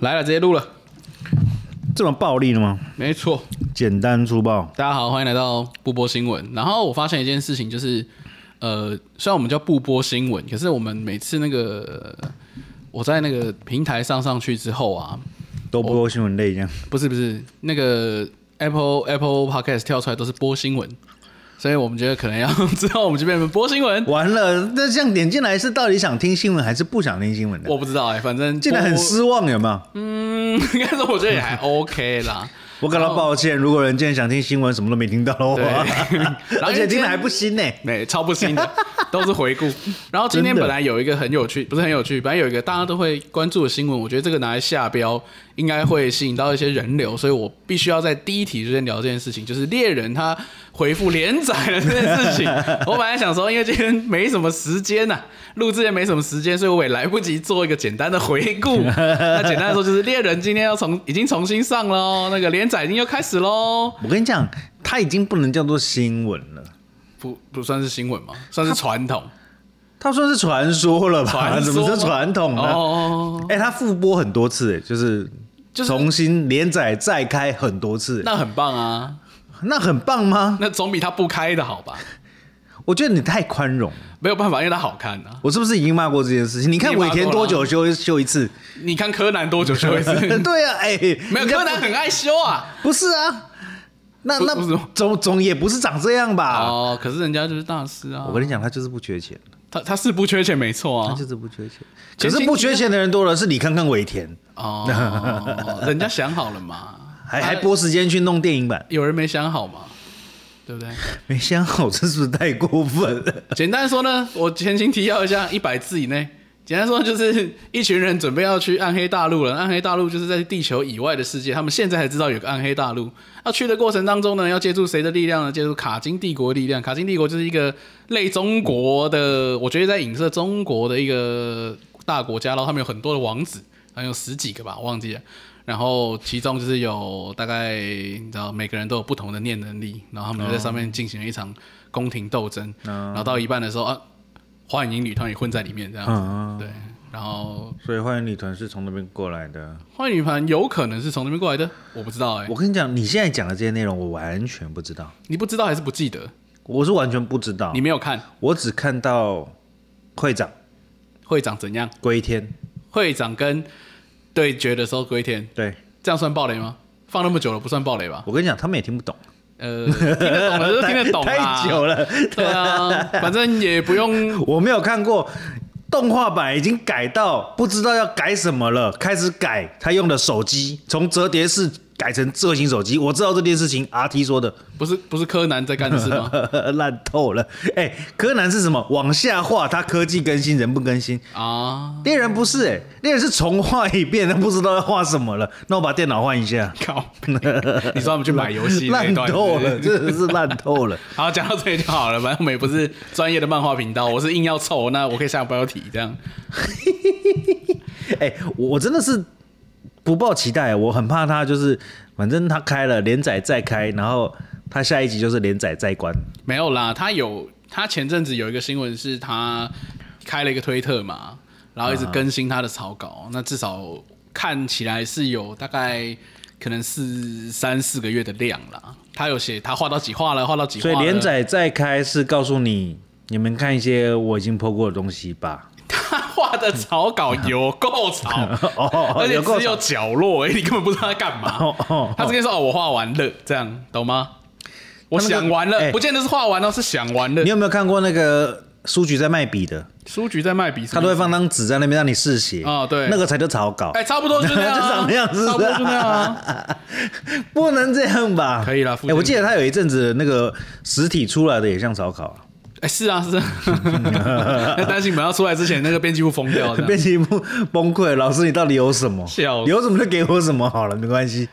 来了，直接录了，这么暴力的吗？没错。简单粗暴，大家好，欢迎来到不播新闻。然后我发现一件事情，就是呃，虽然我们叫不播新闻，可是我们每次那个呃我在那个平台上上去之后啊，都不够新闻类一样。不是不是那个 Apple Apple Podcast 跳出来都是播新闻，所以我们觉得可能要 之后我们就变成播新闻。完了，那这样点进来是到底想听新闻还是不想听新闻的？我不知道哎、反正进来很播失望，有没有？嗯，应该是我觉得也还 OK 啦。我感到抱歉，如果人今天想听新闻，什么都没听到的话哦 对，而且听的还不新呢。对，超不 新的，都是回顾。然后今天真的本来有一个很有趣，不是很有趣，本来有一个大家都会关注的新闻，我觉得这个拿来下标应该会吸引到一些人流，所以我必须要在第一题之前聊这件事情，就是猎人他回复连载了这件事 情。我本来想说，因为今天没什么时间呐、录之前没什么时间，所以我也来不及做一个简单的回顾。 那简单的说，就是猎人今天要重已经重新上喽，那个连载已经又开始喽，我跟你讲，它已经不能叫做新闻了，不不算是新闻嘛，算是传统。它算是传说了吧？传怎说么是传统呢？哦，哎、它复播很多次，哎，就是就是重新连载再开很多次，那很棒啊，那很棒吗？那总比他不开的好吧？我觉得你太宽容了。没有办法，因为他好看啊。我是不是已经骂过这件事情？你看你骂尾过啊田多久修修一 次？你看柯南多久修一次？ 对啊，哎、没有，人家柯南很爱修啊。不是啊，那不那不是吗总总也不是长这样吧？哦，可是人家就是大师啊啊我，跟你讲，他就是不缺钱，他他是不缺钱，没错他啊就。是不缺钱。可前是不缺钱的人多了，是你看看尾田，哦，人家想好了嘛，还啊还拨时间去弄电影版，有人没想好嘛，对不对？没想好，这是不是太过分了？ 简单说呢，我前情提要一下，一百字以内。简单说就是一群人准备要去暗黑大陆了。暗黑大陆就是在地球以外的世界，他们现在才知道有个暗黑大陆。要去的过程当中呢，要借助谁的力量呢？借助卡金帝国的力量。卡金帝国就是一个类中国的，我觉得在影射中国的一个大国家，然后他们有很多的王子，好像有十几个吧，我忘记了。然后其中就是有大概你知道每个人都有不同的念能力，然后他们就在上面进行了一场宫廷斗争，然后到一半的时候啊，花影女团也混在里面这样子，嗯对，然后所以欢迎女团是从那边过来的。花影女团有可能是从那边过来的，我不知道哎、我跟你讲，你现在讲的这些内容，我完全不知道，你不知道还是不记得？我是完全不知道你，没有看我只看到会长会长怎样？龟天，会长跟对决的时候归天，对这样算暴雷吗？放那么久了不算暴雷吧？我跟你讲，他们也听不懂，呃，听得懂 了就是听得懂太啦太久了，对啊，反正也不用我没有看过动画版，已经改到不知道要改什么了，开始改他用的手机，从折叠式改成智慧型手机。我知道这件事情，RT 说的 不是不是柯南在干的事吗？烂透了。哎、柯南是什么？往下画，它科技更新，人不更新。啊，猎人不是哎、猎人是重画一遍，他不知道要画什么了。那我把电脑换一下，靠！ 你说他们去买游戏那烂一段是透不是了，真的是烂透了。好，讲到这里就好了。反正我们也不是专业的漫画频道，我是硬要凑，那我可以下标题这样。 哎、我我真的是不抱期待，我很怕他就是，反正他开了连载再开，然后他下一集就是连载再关。没有啦，他有他前阵子有一个新闻是他开了一个推特嘛，然后一直更新他的草稿，那至少看起来是有大概可能是三四个月的量啦。他有写他画到几画了，画到几画所了，以 连载再开是告诉你，你们看一些我已经破过的东西吧。 他画的草稿有够草，哦而且有够只有角落、欸，你根本不知道他干嘛。 哦哦他直接说：“哦，我画完了，这样懂吗？我他那个想完了，哎不见得是画完哦，是想完了你。有没有看过那个书局在卖笔的，书局在卖笔，他都会放张纸在那边让你试写哦对那个才叫草稿哎、，差不多就那样、啊， 就长那样子差不多就那样、啊。不能这样吧？可以啦附哎、件我记得他有一阵子那个实体出来的也像草稿啊，哎、是啊， 是啊。那担心本要出来之前，那个编辑部疯 掉这样编辑部崩溃，老师你到底有什么？笑死有什么就给我什么好了，没关系。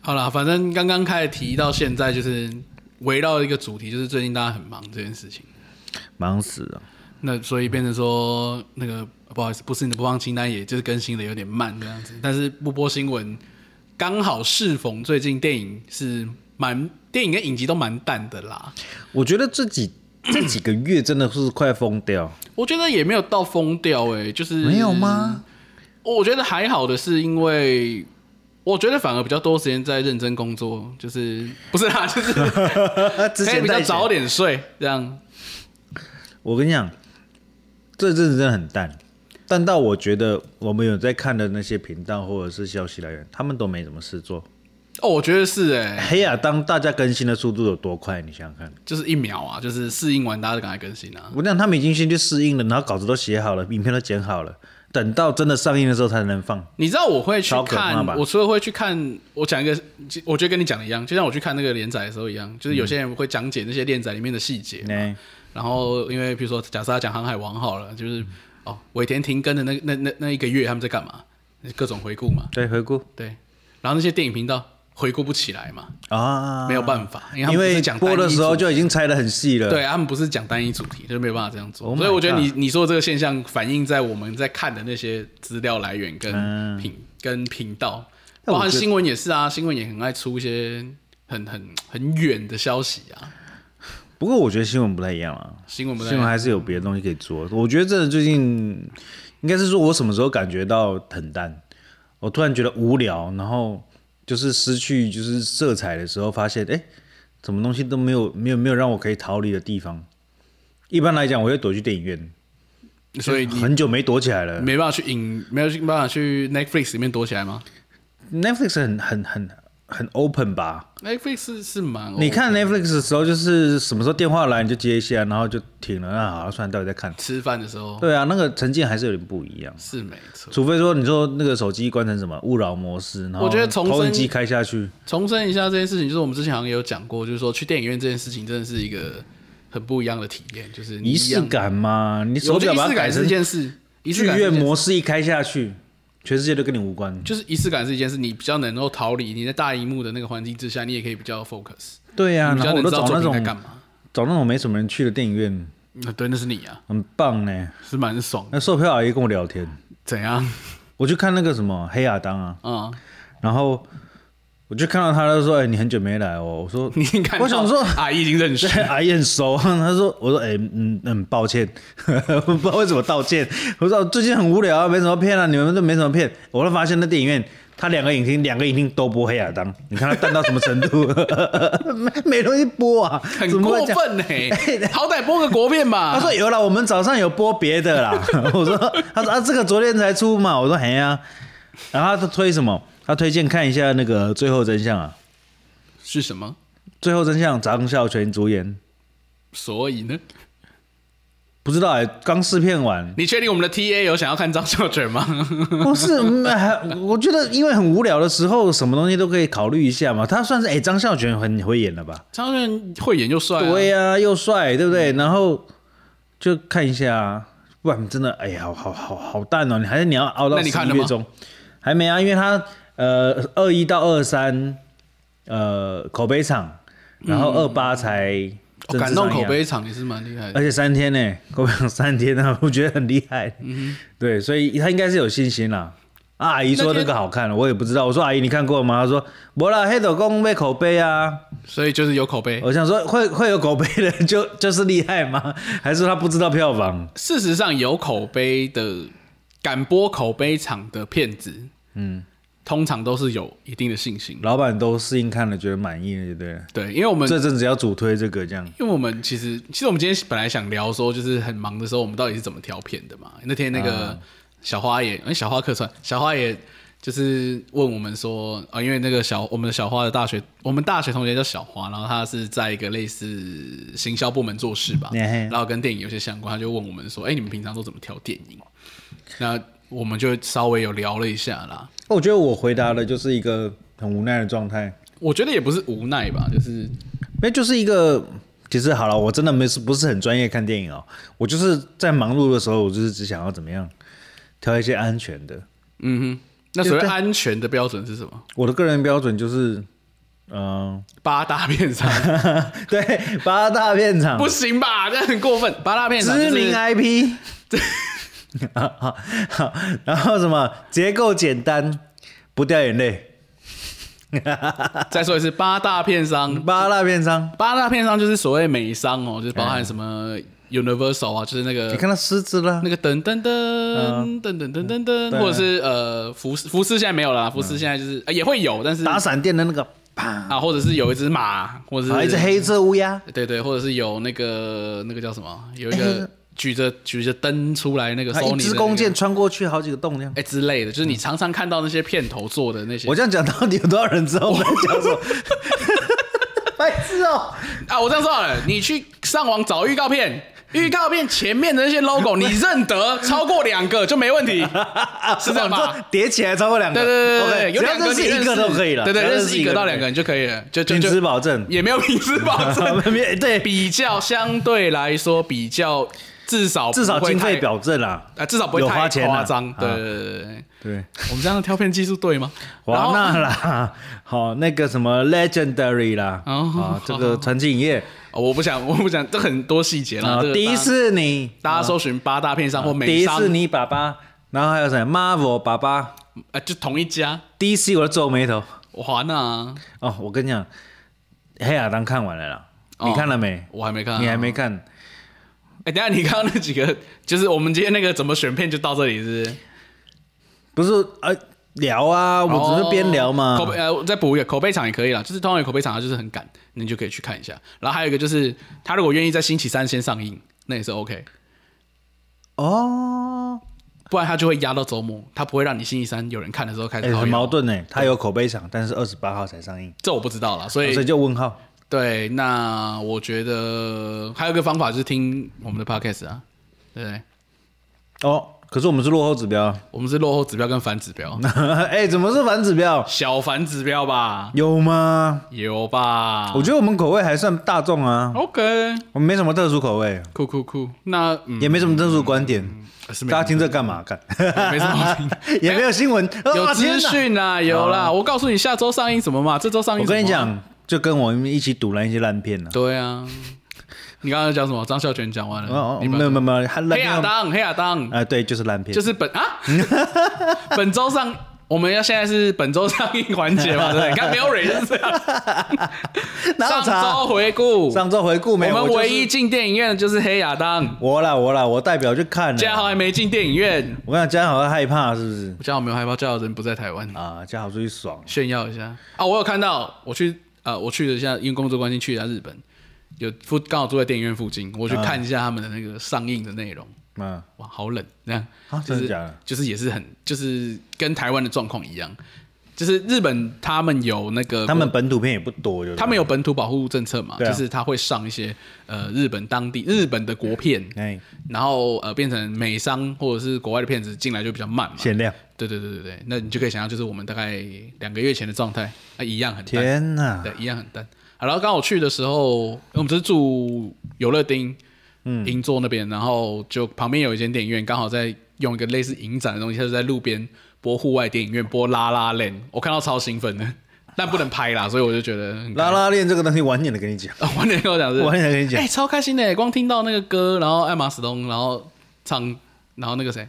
好了，反正刚刚开始提到现在，就是围绕一个主题，就是最近大家很忙这件事情。忙死了，那所以变成说，那个不好意思，不是你的播放清单，也就是更新的有点慢这样子。但是不播新闻，刚好适逢最近电影是蛮电影跟影集都蛮淡的啦。我觉得这 几这几 个月真的是快疯掉，我觉得也没有到疯掉哎、就是没有吗？我觉得还好的是因为。我觉得反而比较多时间在认真工作，就是不是啦，就是 之可以前比较在早点睡，这样我跟你讲，这阵子真的很淡，淡到我觉得我们有在看的那些频道或者是消息来源，他们都没什么事做。哦，我觉得是哎、黑亚当大家更新的速度有多快？你想想看，就是一秒啊，就是适应完大家就赶快更新啊。我讲他们已经先去适应了，然后稿子都写好了，影片都剪好了，等到真的上映的时候才能放。你知道我会去超可怕看吧，我除了会去看，我讲一个，我觉得跟你讲的一样，就像我去看那个连载的时候一样，就是有些人会讲解那些连载里面的细节，呢，然后因为比如说，假设他讲《航海王》好了，就是哦，尾田停更的那那那那一个月他们在干嘛？各种回顾嘛，对，回顾对。然后那些电影频道回顾不起来嘛，啊，没有办法，因为他们因不为是讲单播一的时候主题就已经拆得很细了。，对他们不是讲单一主题，就没有办法这样做。 Oh my 所以我觉得你你说的这个现象反映在我们在看的那些资料来源跟嗯频、跟频道，那我包含觉得新闻也是啊，新闻也很爱出一些很很很远的消息啊，不过我觉得新闻不太一样啊。新闻不太新闻还是有别的东西可以做。我觉得真的最近应该是说，我什么时候感觉到很淡？我突然觉得无聊，然后就是失去就是色彩的时候，发现哎，什么东西都没有，没有没有让我可以逃离的地方。一般来讲，我会躲去电影院，所以你很久没躲起来了。没办法去影，没有去没办法去 Netflix 里面躲起来吗 Netflix 很很很很 open 吧？ ？Netflix 是是蛮哦你看 Netflix 的时候，就是什么时候电话来你就接一下，然后就停了。那好，算了，到底在看？吃饭的时候对啊，那个沉浸还是有点不一样。是没错。除非说你说那个手机关成什么勿扰模式，然后我觉得重生投影机开下去，重申一下这件事情，就是我们之前好像也有讲过，就是说去电影院这件事情真的是一个很不一样的体验，就是你仪一式样感嘛，你手我觉表得把仪它式改感是成一件事，仪剧式感是一院件事模式一开下去，全世界都跟你无关。就是仪式感是一件事，你比较能够逃离你在大荧幕的那个环境之下，你也可以比较 focus，对啊，你比然较后能我都知道找作那品在种干嘛。找那种没什么人去的电影院，嗯对，那是你啊，很棒呢。是蛮爽的。那售票阿姨跟我聊天，怎样我去看那个什么黑亚当啊，啊？然后我就看到他，他就说：“哎、你很久没来哦。”我说：“ 你已经看到，我想说阿姨已经认识，对阿燕熟，他说，我说，哎、嗯嗯，抱歉， 不知道为什么道歉。我说最近很无聊啊，没什么片啊，你们都没什么片。我就发现那电影院，它两个影厅，两个影厅都播黑亚当，你看它淡到什么程度， 没没东西播啊，很怎么会过这样？ 哎分呢、啊好歹播个国片吧。他说有了，我们早上有播别的啦。 我说，他说啊，这个昨天才出嘛。我说嘿呀、然后他推什么？他推荐看一下那个《最后真相》啊，是什么？ 《最后真相》张孝全主演，所以呢，不知道哎、刚试片完。你确定我们的 T A 有想要看张孝全吗？ 不是，嗯还我觉得因为很无聊的时候，什么东西都可以考虑一下嘛。他算是哎，张孝全很会演了吧？张孝全会演又帅、啊，嗯对呀、又帅，对不对？然后就看一下啊，不然真的哎呀，好好好好淡哦。你还是你要熬到那十你看一了吗月中，还没啊？因为他呃二一到二三呃口碑场，然后二八才嗯哦正式感动上映口啊碑场也是蛮厉害的。而且三天呢、狗养三天啊， 我觉得很厉害。对，所以他应该是有信心啦。啊阿姨嗯说那那天个好看，我也不知道。我说阿姨你看过吗？她说没啦，黑斗公被口碑啊。所以就是有口碑。我想说会会有口碑的 就就是厉害吗？还是说他不知道票房？事实上，有口碑的敢播口碑场的骗子，嗯，通常都是有一定的信心。老板都适应看了觉得满意了，对不对了？对，因为我们这阵子要主推这个这样。因为我们其实其实我们今天本来想聊说，就是很忙的时候，我们到底是怎么挑片的嘛？那天那啊个小花也，哎、小花客串，小花也就是问我们说，啊、因为那个小我们的小花的大学，我们大学同学叫小花，然后她是在一个类似行销部门做事吧，嗯嘿然后跟电影有些相关，她就问我们说，哎、你们平常都怎么挑电影？那我们就稍微有聊了一下啦。我觉得我回答的就是一个很无奈的状态。我觉得也不是无奈吧，就是那就是一个，其实好了，我真的没是不是很专业看电影哦，我就是在忙碌的时候，我就是只想要怎么样挑一些安全的。嗯哼，那所谓对安全的标准是什么？我的个人标准就是，嗯、八大片场。 对，八大片场不行吧？这很过分。八大片场啊知名啊就是 IP，好好然后什么结构简单，不掉眼泪，再说一次，八大片商，八大片商八大片商就是所谓美商哦，就是包含什么 Universal 啊，就是那嗯你个看到狮子啦那，个噔噔噔噔噔噔噔噔，嗯对嗯或者是呃福斯福斯现在没有了啦，福斯现在就是呃也会有，但是打闪电的那个，啪，啊，或者是有一只马，或者还有是啊一只黑色乌鸦，对对，或者是有那个那个叫什么，有一哎那个个举着举着灯出来那个还有 Sony 一的那支个弓箭穿过去好几个洞这样。哎之类的，就是你常常看到那些片头做的那些我这样讲到底有多少人知道我在讲什么？ 白痴哦、啊，我这样说好了，你去上网找预告片，预告片前面的那些 logo 你认得，超过两个就没问题，是这样 吧？哦叠起来超过两个，对对对对对， OK，有两个只你要认识一个都可以了，对对，只要认识一个到两个就人就可以了，就可就以，品就质保证。也没有品质保证， 没 对，比较相对来说比较至少至少不会经费太保证啦。啊，至少不会有太花钱啊夸张。啊对对对对对，对，我们这样的挑片技术对吗？然华后纳啦，好那个什么 Legendary 啦，哦啊，这个传奇影业哦我不想，我不想，这很多细节了啊。，这个迪大家士尼，大家搜寻八大片商或美迪商士，尼爸爸，然后还有谁？Marvel 爸爸啊，就同一家， ，DC 我都皱眉头。华纳啊，哦，我跟你讲，黑亚当看完了啦，哦你看了没？我还没看啊，你还没看？哎，等一下你刚刚那几个，就是我们今天那个怎么选片就到这里，是不是？不是，呃，聊啊，我只是边聊哦嘛口。碑呃，我再补一个口碑场也可以啦，就是通常有口碑场，它就是很赶，你就可以去看一下。然后还有一个就是，他如果愿意在星期三先上映，那也是 OK，哦，不然他就会压到周末，他不会让你星期三有人看的时候开哎，始讨很厌。矛盾呢。它有口碑场，但是二十八号才上映，这我不知道啦，所以所以就问号。对，那我觉得还有一个方法就是听我们的 podcast 啊，对不对，哦，可是我们是落后指标。 我们是落后指标跟反指标，哎，怎么是反指标？小反指标吧，有吗？有吧？我觉得我们口味还算大众啊， OK，我们没什么特殊口味，酷酷酷，那嗯也没什么特殊观点。是没大家听这干嘛？干没什么 好听的。也没有新闻， 有啊资。嗯天哪讯啊，有啦。我告诉你，下周上映什么嘛？这周上映。我跟你，讲，啊就跟我们一起赌烂一些烂片呢。对啊，你刚刚讲什么？张孝全讲完哦了，，哦你没们有没有没有，还烂黑亚片。当，黑亚当呃，对，就是烂片就。是本 啊，本周上。我们要现在是本周上映环节嘛，对不对？你看没有蕊就是这样。 哪有啊上查周回顾，上周回顾我没有？们就是啊唯一进电影院的就是黑亚当，我啦我啦，我代表去看了。嘉豪还没进电影院。我跟你讲，嘉豪在害怕是不是？嘉豪没有害怕，嘉豪人不在台湾。啊，嘉豪出去爽。炫耀一下啊！我有看到，我去呃，我去了一下，因为工作关系去了一下日本，有附刚好住在电影院附近，我去看一下他们的那个上映的内容。嗯，哇，好冷！那样啊就真是的假的就是也是很就是跟台湾的状况一样，就是日本他们有那个他们本土片也不多，就是呃他们有本土保护政策嘛，对啊就是他会上一些呃日本当地日本的国片，哎然后呃变成美商或者是国外的片子进来就比较慢嘛。限量。对对对对对，那你就可以想象，就是我们大概两个月前的状态，那一样很淡。天哪！对，一样很淡。好，然后刚好去的时候，因为我们这是住游乐町，嗯，银座那边，然后就旁边有一间电影院，刚好在用一个类似影展的东西，它就在路边播户外电影院，播《拉拉链》，我看到超兴奋的， 但不能拍啦，所以我就觉得很拉拉链这个东西晚点的跟你讲，啊 我那天跟 我讲是，晚点的跟你哎、讲。超开心的，光听到那个歌，然后艾玛史东，然后唱，然后那个谁，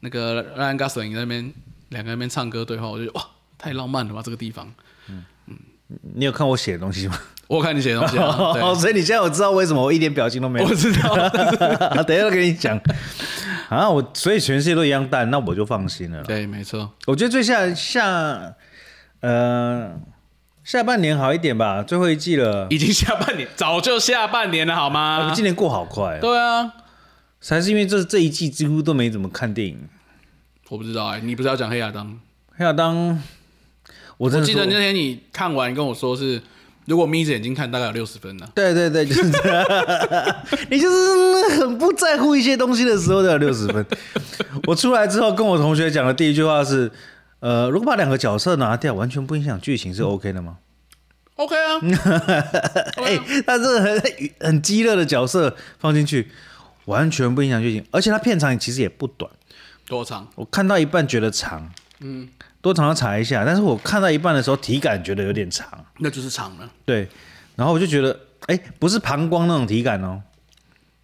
那个莱安·嘎斯林在那边两个人在那边唱歌对话，我就觉得哇，太浪漫了吧这个地方。你有看我写的东西吗？哦我有看你写的东西、啊， 对，所以你现在我知道为什么我一点表情都没有我。知道。 等一下跟你讲啊，我所以全世界都一样淡，那我就放心了啦。对，啊没错。我觉得最下下呃下半年好一点吧，最后一季了。已经下半年，早就下半年了，好我吗？哎今年过好快、哦，对啊，还是因为这这一季几乎都没怎么看电影。我不知道哎、你不是要讲黑亚当？黑亚当，我我真的记得说那天你看完跟我说是，如果眯着眼睛看，大概有六十分呢、对对对，就是 这样。你就是很不在乎一些东西的时候的六十分。我出来之后跟我同学讲的第一句话是：呃，如果把两个角色拿掉，完全不影响剧情是 OK 的吗？ OK 啊，哎、他这个很很激烈的角色放进去，完全不影响剧情，而且他片长其实也不短。多长？我看到一半觉得长，嗯，多长要查一下。但是我看到一半的时候，体感觉得有点长，那就是长了。对。然后我就觉得，哎，不是膀胱那种体感哦，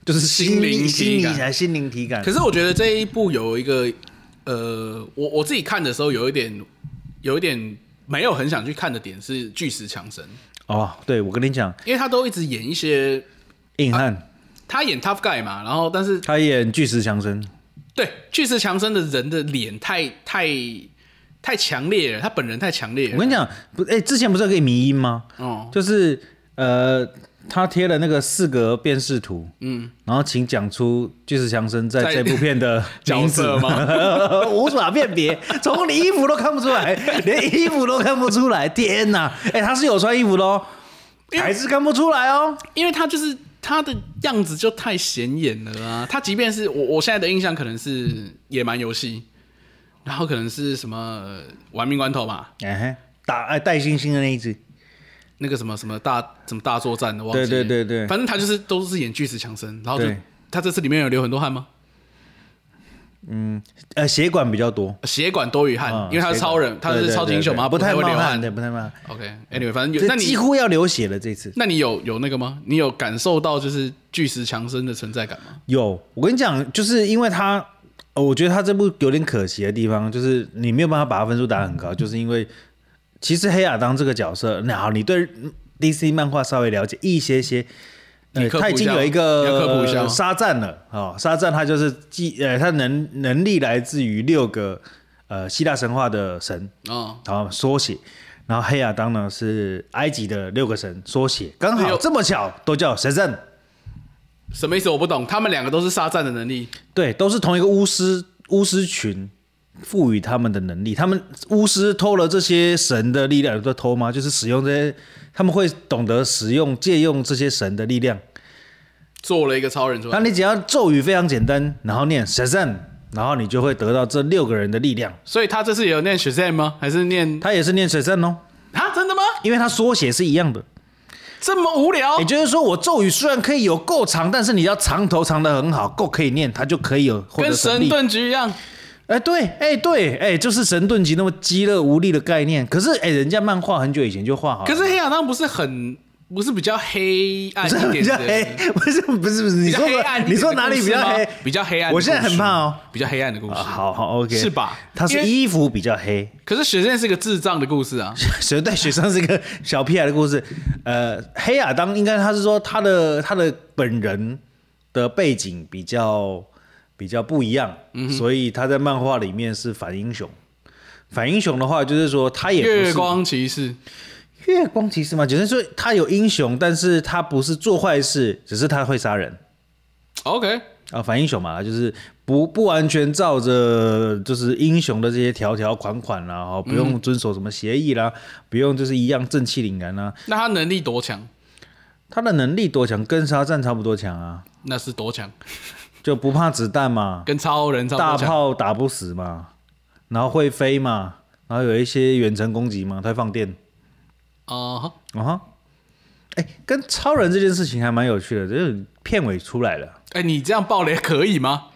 就是心心灵理体心感理才心灵体感可。是我觉得这一部有一个，呃，我我自己看的时候有一点，有一点没有很想去看的点是巨石强森，哦，对，我跟你讲，因为他都一直演一些硬汉、他演 Tough Guy 嘛，然后但是他演巨石强森，对巨石强森的人的脸太太太强烈了，他本人太强烈我了。跟你讲，不，哎、之前不是有个迷音吗？哦，就是呃，他贴了那个四格辨识图，嗯，然后请讲出巨石强森在在这部片的 角色吗名字？ 无法辨别，从你衣服都看不 出来，连衣服都看不出来，天哪！哎、他是有穿衣服的哦，还是看不出来哦。因为他就是他的样子就太显眼了啊！他即便是我我现在的印象可能是野蛮游戏，然后可能是什么呃玩命关头吧，哎、嘿打哎带星星的那一只，那个什么什么大什么大作战的，忘记了对对对对反正他就是都是演巨石强森，然后就对他这次里面有流很多汗吗？呃，血管比较多，血管多于汗，嗯因为他是超人，他是超级英雄嘛，对对对对不太太会冒流汗，对，不太冒汗， OK，Anyway，、反正有，那这你几乎要流血了这次。那你有有那个吗？你有感受到就是巨石强森的存在感吗？有，我跟你讲，就是因为他，呃我觉得他这部有点可惜的地方，就是你没有办法把他分数打很嗯高，就是因为其实黑亚当这个角色，那好，你对 DC 漫画稍微了解一些些。你呃，科普他已一经下有哦一你要个科普一下哦呃沙赞了哦，沙赞他就是既呃，他能能力来自于六个呃希腊神话的神，哦，然后缩写，然后黑亚当呢是埃及的六个神缩写，刚哎好呦这么巧都叫神圣，什么意思？我不懂。他们两个都是沙赞的能力，对，都是同一个巫师巫师群赋予他们的能力。他们巫师偷了这些神的力量，都偷吗？就是使用这些，他们会懂得使用借用这些神的力量。做了一个超人出那来。你只要咒语非常简单，然后念神圣，然后你就会得到这六个人的力量。所以他这次也有念 Shazam 吗？还是念他也是念神圣哦，啊？真的吗？因为他缩写是一样的。这么无聊也？就是说，我咒语虽然可以有够长，但是你要长头长的很好，够可以念，它就可以有获跟得神力。盾局一样，哎、对，哎、对，哎、就是神盾级那么饥饿无力的概念。可是，哎、人家漫画很久以前就画好了。可是黑亚当不是很不是比较黑暗不是一比点较的，黑，哎不是不是不是，你比较说黑暗一点的故事吗，你说哪里比较黑？比较黑暗的故事。我现在很怕哦。比较黑暗的故事。啊好好，OK，是吧他因是为衣服比较黑， 可是雪见是个智障的故事啊，谁对雪上是一个小屁孩的故事。呃，黑亚当应该他是说他的他的本人的背景比较比较不一样，嗯所以他在漫画里面是反英雄。反英雄的话，就是说他也不是月光骑士。月光骑士嘛，只是说他有英雄，但是他不是做坏事，只是他会杀人 OK，啊，反英雄嘛，就是不不完全照着就是英雄的这些条条款款啦、哦，不用遵守什么协议啦，嗯不用就是一样正气凛然啦、那他能力多强？他的能力多强，跟沙赞差不多强啊，那是多强，就不怕子弹嘛，跟超人差不大多强。炮打不死嘛，然后会飞嘛，然后有一些远程攻击嘛，他会放电哦、好啊哈。哎、跟超人这件事情还蛮有趣的，就是片尾出来了。哎、你这样爆雷可以吗？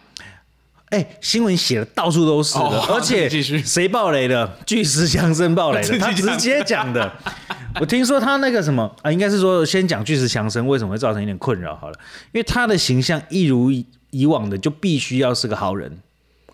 哎、新闻写的到处都是的，哦好而且你继续谁爆雷的？巨石强森爆雷自己的，他直讲接讲的。我听说他那个什么啊，应该是说先讲巨石强森为什么会造成一点困扰好了，因为他的形象一如以以往的就必须要是个好人。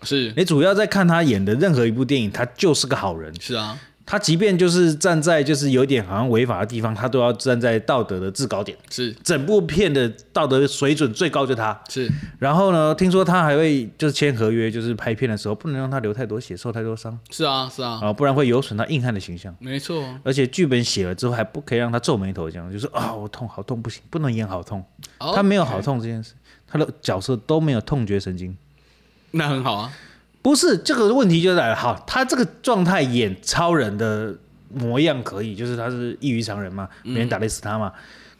是你主要在看他演的任何一部电影，他就是个好人。是啊，他即便就是站在就是有点好像违法的地方，他都要站在道德的制高点。是整部片的道德水准最高就他。是然后呢，听说他还会就是签合约，就是拍片的时候不能让他流太多血、受太多伤是啊是啊，啊、不然会有损他硬汉的形象。没错而且剧本写了之后，还不可以让他皱眉头，这样就是啊、我痛，好痛，不行，不能演好痛。哦他没有好痛这件事，他的角色都没有痛觉神经。那很好啊。不是这个问题就来了，好，他这个状态演超人的模样可以，就是他是异于常人嘛，别人打得死他嘛。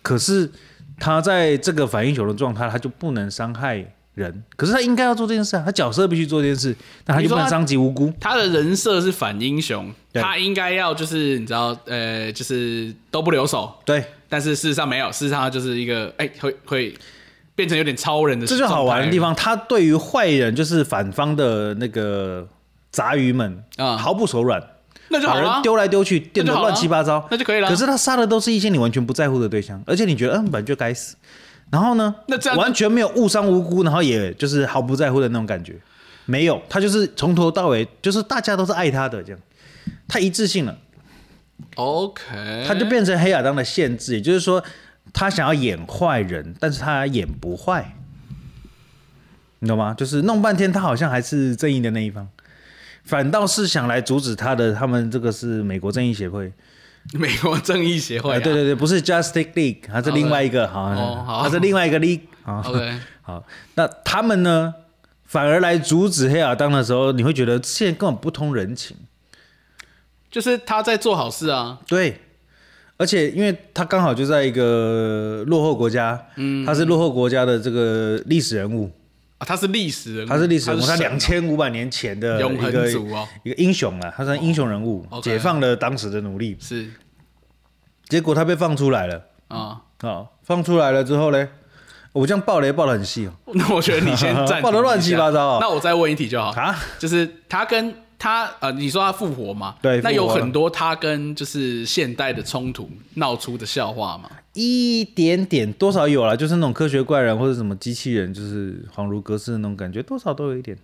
可是他在这个反英雄的状态，他就不能伤害人。可是他应该要做这件事啊，他角色必须做这件事，但他就不能伤及无辜。他的人设是反英雄，对他应该要就是你知道，呃，就是都不留手，对，但是事实上没有，事实上他就是一个哎、会会变成有点超人的，这就好玩的地。方。他对于坏人，就是反方的那个杂鱼们啊毫不手软，那就好把了人啊，丢来丢去，那电得就好了乱七八糟。那就可以了啊。可是他杀的都是一些你完全不在乎的对象，而且你觉得嗯本来就该死，然后呢，那这样完全没有误伤无辜，然后也就是毫不在乎的那种感觉，没有，他就是从头到尾就是大家都是爱他的这样，他一致性了， OK，他就变成黑亚当的限制，也就是说。他想要演坏人，但是他演不坏，你懂吗？就是弄半天，他好像还是正义的那一方，反倒是想来阻止他的。他们这个是美国正义协会，美国正义协会、哎啊，对对对，不是 Justice League，它是另外一个，好，哦好哦它是另外一个 league，好， ，OK，好，那他们呢，反而来阻止黑亚当的时候，你会觉得现在根本不通人情，就是他在做好事啊，对，而且因为他刚好就在一个落后国家，嗯，他是落后国家的这个历史人物，啊他是历史人物，他是历史人物，神他啊两千五百年前的永一恒个族哦，一个英雄啊，他算英雄人物， OK 解放了当时的奴隶，是结果他被放出来了，啊， 啊、放出来了之后呢，我这样爆雷爆得很细哦，那我觉得你先暂 停报得乱一下七八糟哦那我再问一题就好，啊。就是他跟他呃，你说他复活嘛？对那复有活了很多他跟就是现代的冲突闹出的笑话嘛？一点点，多少有啦，就是那种科学怪人或者什么机器人，就是恍如隔世的那种感觉，多少都有一点。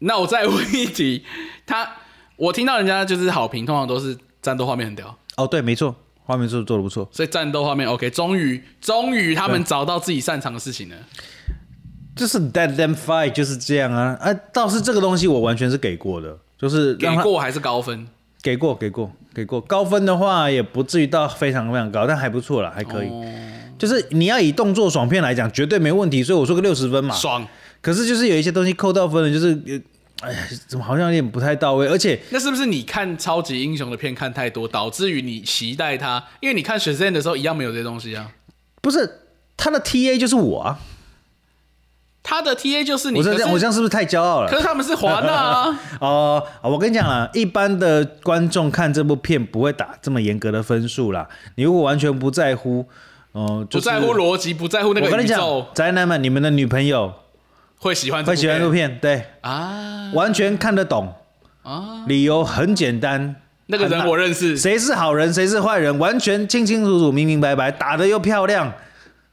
那我再问一题，他我听到人家就是好评，通常都是战斗画面很屌，哦，对，没错，画面做做的不错，所以战斗画面 OK。终于，终于他们找到自己擅长的事情了。就是 Dead Them Fight 就是这样啊。啊，倒是这个东西我完全是给过的，就是给让他过还是高分？给过给过给过，高分的话也不至于到非常非常高，但还不错啦，还可以。就是你要以动作爽片来讲，绝对没问题，所以我说个六十分嘛。爽，可是就是有一些东西扣到分了，就是呃哎呀，怎么好像有点不太到位，而且那是不是你看超级英雄的片看太多，导致于你期待他？因为你看《雪山》的时候一样没有这些东西啊。不是他的 TA 就是我啊。他的 TA 就是你，我这可样，是我这样是不是太骄傲可了？是他们是华纳啊。哦、我跟你讲啦，一般的观众看这部片不会打这么严格的分数啦。你如果完全不在乎，嗯、不 就是在乎逻辑，不在乎那我个跟宇你宙讲，，宅男们，你们的女朋友会喜欢这会喜欢这部片片，对，啊完全看得懂，啊！理由很简单，那个人我认识，谁是好人，谁是坏人，完全清清楚楚、明明白白，打得又漂亮，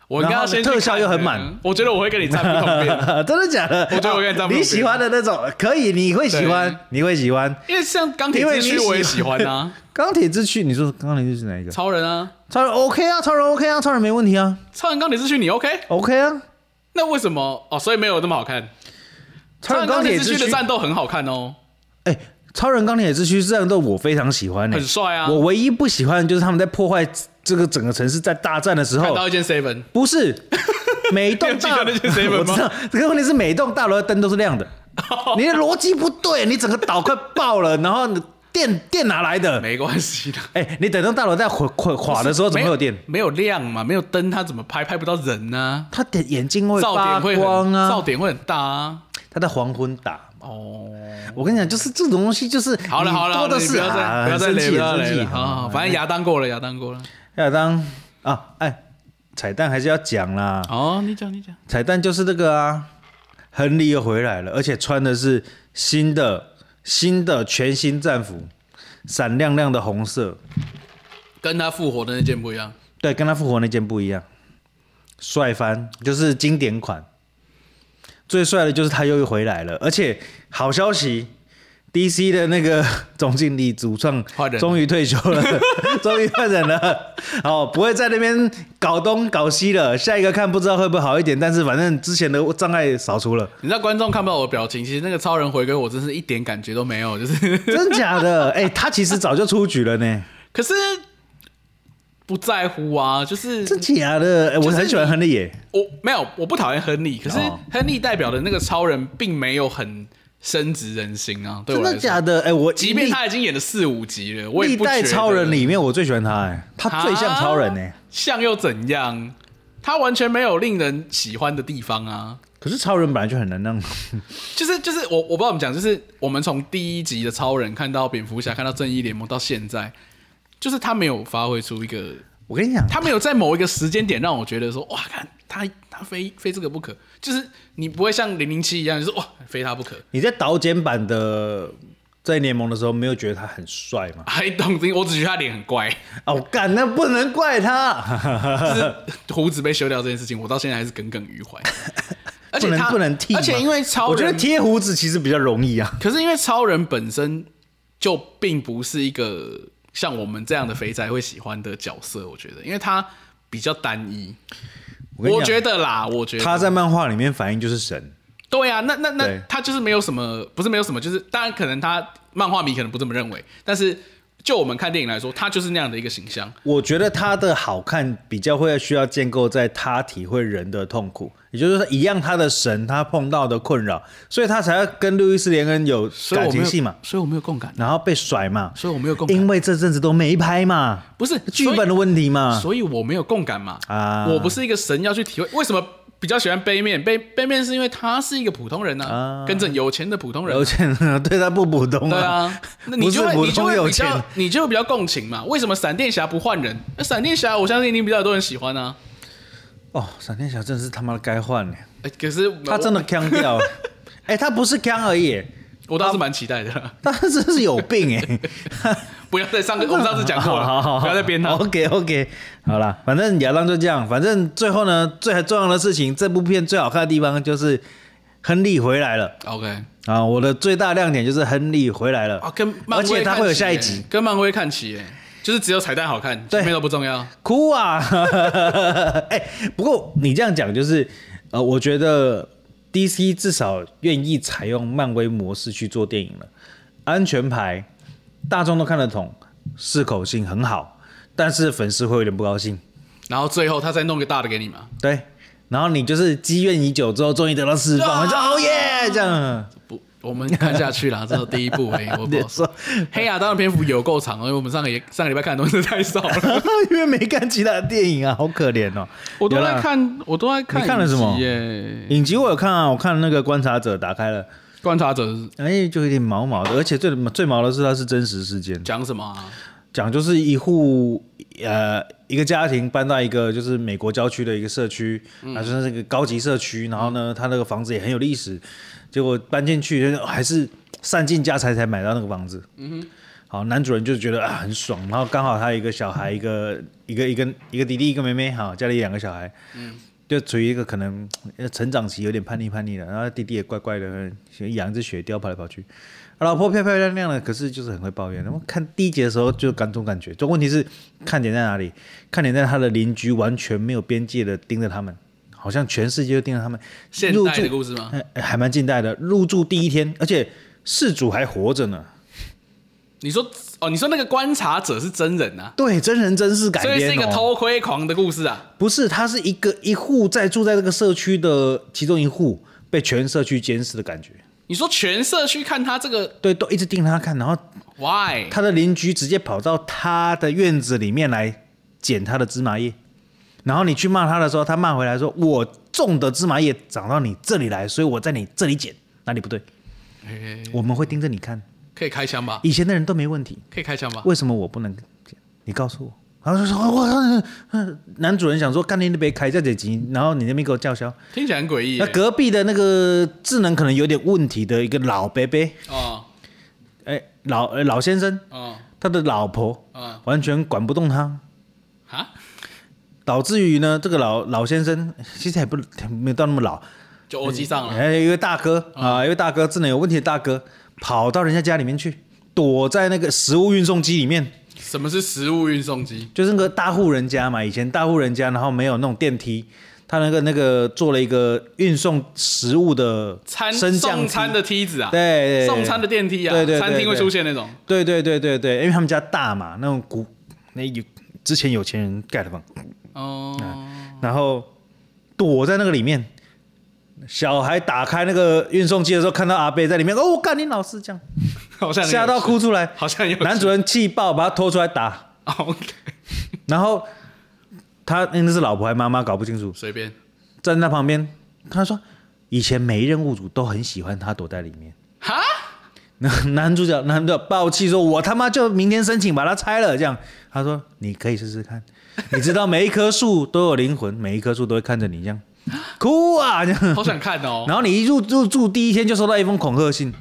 我刚刚先去看然后特效又很满，我觉得我会跟你站不同 边，真的假的？哦我觉得我跟你站不同你喜欢的那种可以，你会喜欢，你会喜欢。因为像钢铁之躯我也喜欢啊，钢铁之躯，你说钢铁之躯是哪一个？超人啊，超人 OK 啊，超人 OK 啊，超人没问题啊超人钢铁之躯你 OK？ ，OK 啊。那为什么哦？所以没有那么好看。超人钢钢铁之之躯的躯，战斗很好看哦，哎、超人钢铁之躯战斗我非常喜欢、欸，很帅啊。我唯一不喜欢的就是他们在破坏这个整个城市，在大战的时看候，到一件 seven，不是每一栋 你有记大得楼，那件 seven 吗 我知道，这个问题是每一栋大楼的灯都是 亮的，你的逻辑不对，你整个岛快爆了，然后你电电哪来的？没关系的。哎、你等到大楼在垮垮垮的时嗯候，怎么会有电？没有亮嘛，没有灯，它怎么拍？拍不到人呢？他的眼睛会噪发点会光很，噪啊，点会很大啊。他在黄昏打。哦，我跟你讲，就是这种东西，就是好了好了，你好多了的你是不要啊，再不要再很雷生气，不要很雷生了气啊！好反正亚当过了，亚当过了。亚当啊，哎，彩蛋还是要讲啦，哦，你讲你讲，彩蛋就是这个啊，亨利又回来了，而且穿的是新的新的全新战服，闪亮亮的红色，跟他复活的那件不一样。对，跟他复活那件不一样，帅翻，就是经典款。最帅的就是他又回来了，而且好消息，DC 的那个总经理主创换人了终于退休 了，终于换人了。好，不会在那边搞东搞西了。下一个看不知道会不会好一点，但是反正之前的障碍扫除 了，你知道观众看不到我的表情，其实那个超人回归我真是一点感觉都没有，就是， 真假的？哎、他其实早就出局了呢，可是不在乎啊，就是真假的？哎、我很喜欢亨利耶，我没有，我不讨厌亨利，可是哦亨利代表的那个超人并没有很深植人心啊，对真我来的说。假的？哎、我即便他已经演了四五集了，我也历不觉得代超人里面，我最喜欢他、哎，他最像超人呢、哎啊像又怎样？他完全没有令人喜欢的地方啊。可是超人本来就很难让，就是就是我我不知道怎么讲，就是我们从第一集的超人看到蝙蝠侠，看到正义联盟到现在，就是他没有发挥出一个，我跟你讲，他没有在某一个时间点让我觉得说哇，看他他非非这个不可，就是你不会像零零七一样，就是哇非他不可。你在导剪版的在联盟的时候，没有觉得他很帅 吗？ I don't think，我只觉得他脸很怪，啊，我干，那不能怪他。 就是胡子被修掉这件事情，我到现在还是耿耿于怀。而且不能他不能剃吗，而且因为超我觉得人贴胡子其实比较容易啊。可是因为超人本身就并不是一个像我们这样的肥宅会喜欢的角色，我觉得，因为他比较单一。我跟你我讲觉得啦，我觉得他在漫画里面反应就是神，对啊，那那那对他就是没有什么，不是没有什么，就是当然可能他漫画迷可能不这么认为，但是就我们看电影来说，他就是那样的一个形象。我觉得他的好看比较会需要建构在他体会人的痛苦，也就是说，一样他的神他碰到的困扰，所以他才要跟路易斯·连恩有所以感我没情有戏嘛，，所以我没有共感，然后被甩嘛，所以我没有共感，因为这阵子都没拍嘛，不是剧本的问题嘛，所以我没有共感嘛。啊我不是一个神要去体会，为什么比较喜欢背面？背背面是因为他是一个普通人呢、啊，啊跟着有钱的普通人啊、有钱人对他不普通对啊，啊，那你就会不你是普就通会有比较钱，你就会比较共情嘛？为什么闪电侠不换人？那闪电侠我相信一定比较多人喜欢啊。哦，闪电侠真的是他妈的该换了，哎，可是他真的腔掉了， 哎、他不是腔而已，我，我倒是蛮期待的 啦。他真是有病哎、不要再上个，我们上次讲过了，好好好，不要再编他。 OK OK，好啦，反正亚当就这样。反正最后呢，最重要的事情，这部片最好看的地方就是亨利回来了 OK，啊！我的最大亮点就是亨利回来了啊，跟漫威而且他看会有齐下一耶集，，跟漫威看齐耶，就是只有彩蛋好看，对前面都不重要。哭啊！ 哎、不过你这样讲就是，呃，我觉得 DC 至少愿意采用漫威模式去做电影了，安全牌，大众都看得懂，适口性很好，但是粉丝会有点不高兴。然后最后他再弄个大的给你嘛？对，然后你就是积怨已久之后，终于得到释放，啊我就哦耶，这样。 不，我们看下去啦，这是第一部哎，我不你好说。说，黑亚当的篇幅有够长，因为我们上个也上个礼拜看的东西太少了。 因为没看其他的电影啊，好可怜哦。我都有在啦看，我都在看。你看了什么耶，影集，我有看啊，我看那个《观察者》打开了，观察者是哎，就有点毛毛的，而且最最毛的是它是真实事件，讲什么、啊？讲就是一户呃一个家庭搬到一个就是美国郊区的一个社区，啊，就是那个高级社区，然后呢，他那个房子也很有历史，结果搬进去就是还是散尽家财才买到那个房子。嗯好，男主人就觉得啊很爽，然后刚好他有一个小孩，一个一个一个一个弟弟，一个妹妹，好，家里两个小孩，就处于一个可能呃成长期有点叛逆叛逆的，然后弟弟也怪怪的，养一只雪貂跑来跑去。啊老婆漂漂亮亮的，可是就是很会抱怨。那么看第一节的时候就感总感觉，这问题是看点在哪里？看点在他的邻居完全没有边界的盯着他们，好像全世界都盯着他们。现入代住的故事吗？呃还蛮近代的。入住第一天，而且事主还活着呢。你说哦，你说那个观察者是真人啊，对，真人真事改所以是一编个哦。偷窥狂的故事啊。不是，他是一个一户在住在这个社区的其中一户被全社区监视的感觉。你说全社区看他这个对，都一直盯着他看，然后 why？他的邻居直接跑到他的院子里面来捡他的芝麻叶，然后你去骂他的时候，他骂回来说：“我种的芝麻叶长到你这里来，所以我在你这里捡，哪里不对？诶我们会盯着你看。可以开枪吧？以前的人都没问题，可以开枪吧？为什么我不能捡？你告诉我。”然后就说：“我我我男主人想说，干你那杯开这几集，然后你那边给我叫嚣。听起来很诡异那耶。隔壁的那个智能可能有点问题的一个老伯伯，哦哎，老呃老先生，哦他的老婆哦完全管不动他，啊，导致于呢，这个老老先生其实也不没有到那么老，就欧机上了。还有一位大哥啊，一位大哥智能有问题的大哥，跑到人家家里面去，躲在那个食物运送机里面，什么是食物运送机？就是那个大户人家嘛，以前大户人家，然后没有那种电梯，他那个那个做了一个运送食物的餐升降送梯，餐的梯子啊，对对对送餐的电梯啊，对对对餐厅会对出现那种。对对对对对，因为他们家大嘛，那种古那有之前有钱人盖的房，哦，然后躲在那个里面。小孩打开那个运送机的时候，看到阿贝在里面，哦，我干你老师这样，好像很有吓到趣，哭 出来。好像有趣男主人气爆，把他拖出来打，哦 OK，然后他那是老婆还妈妈搞不清楚，随便站在他旁边，他说以前每一任物主都很喜欢他躲在里面。 哈，那男主角男主角暴气说：“我他妈就明天申请把它拆了。”这样，他说：“你可以试试看，你知道每一棵树都有灵魂，每一棵树都会看着你这样哭啊这样。”好想看哦。 然后你一入入住第一天就收到一封恐吓信，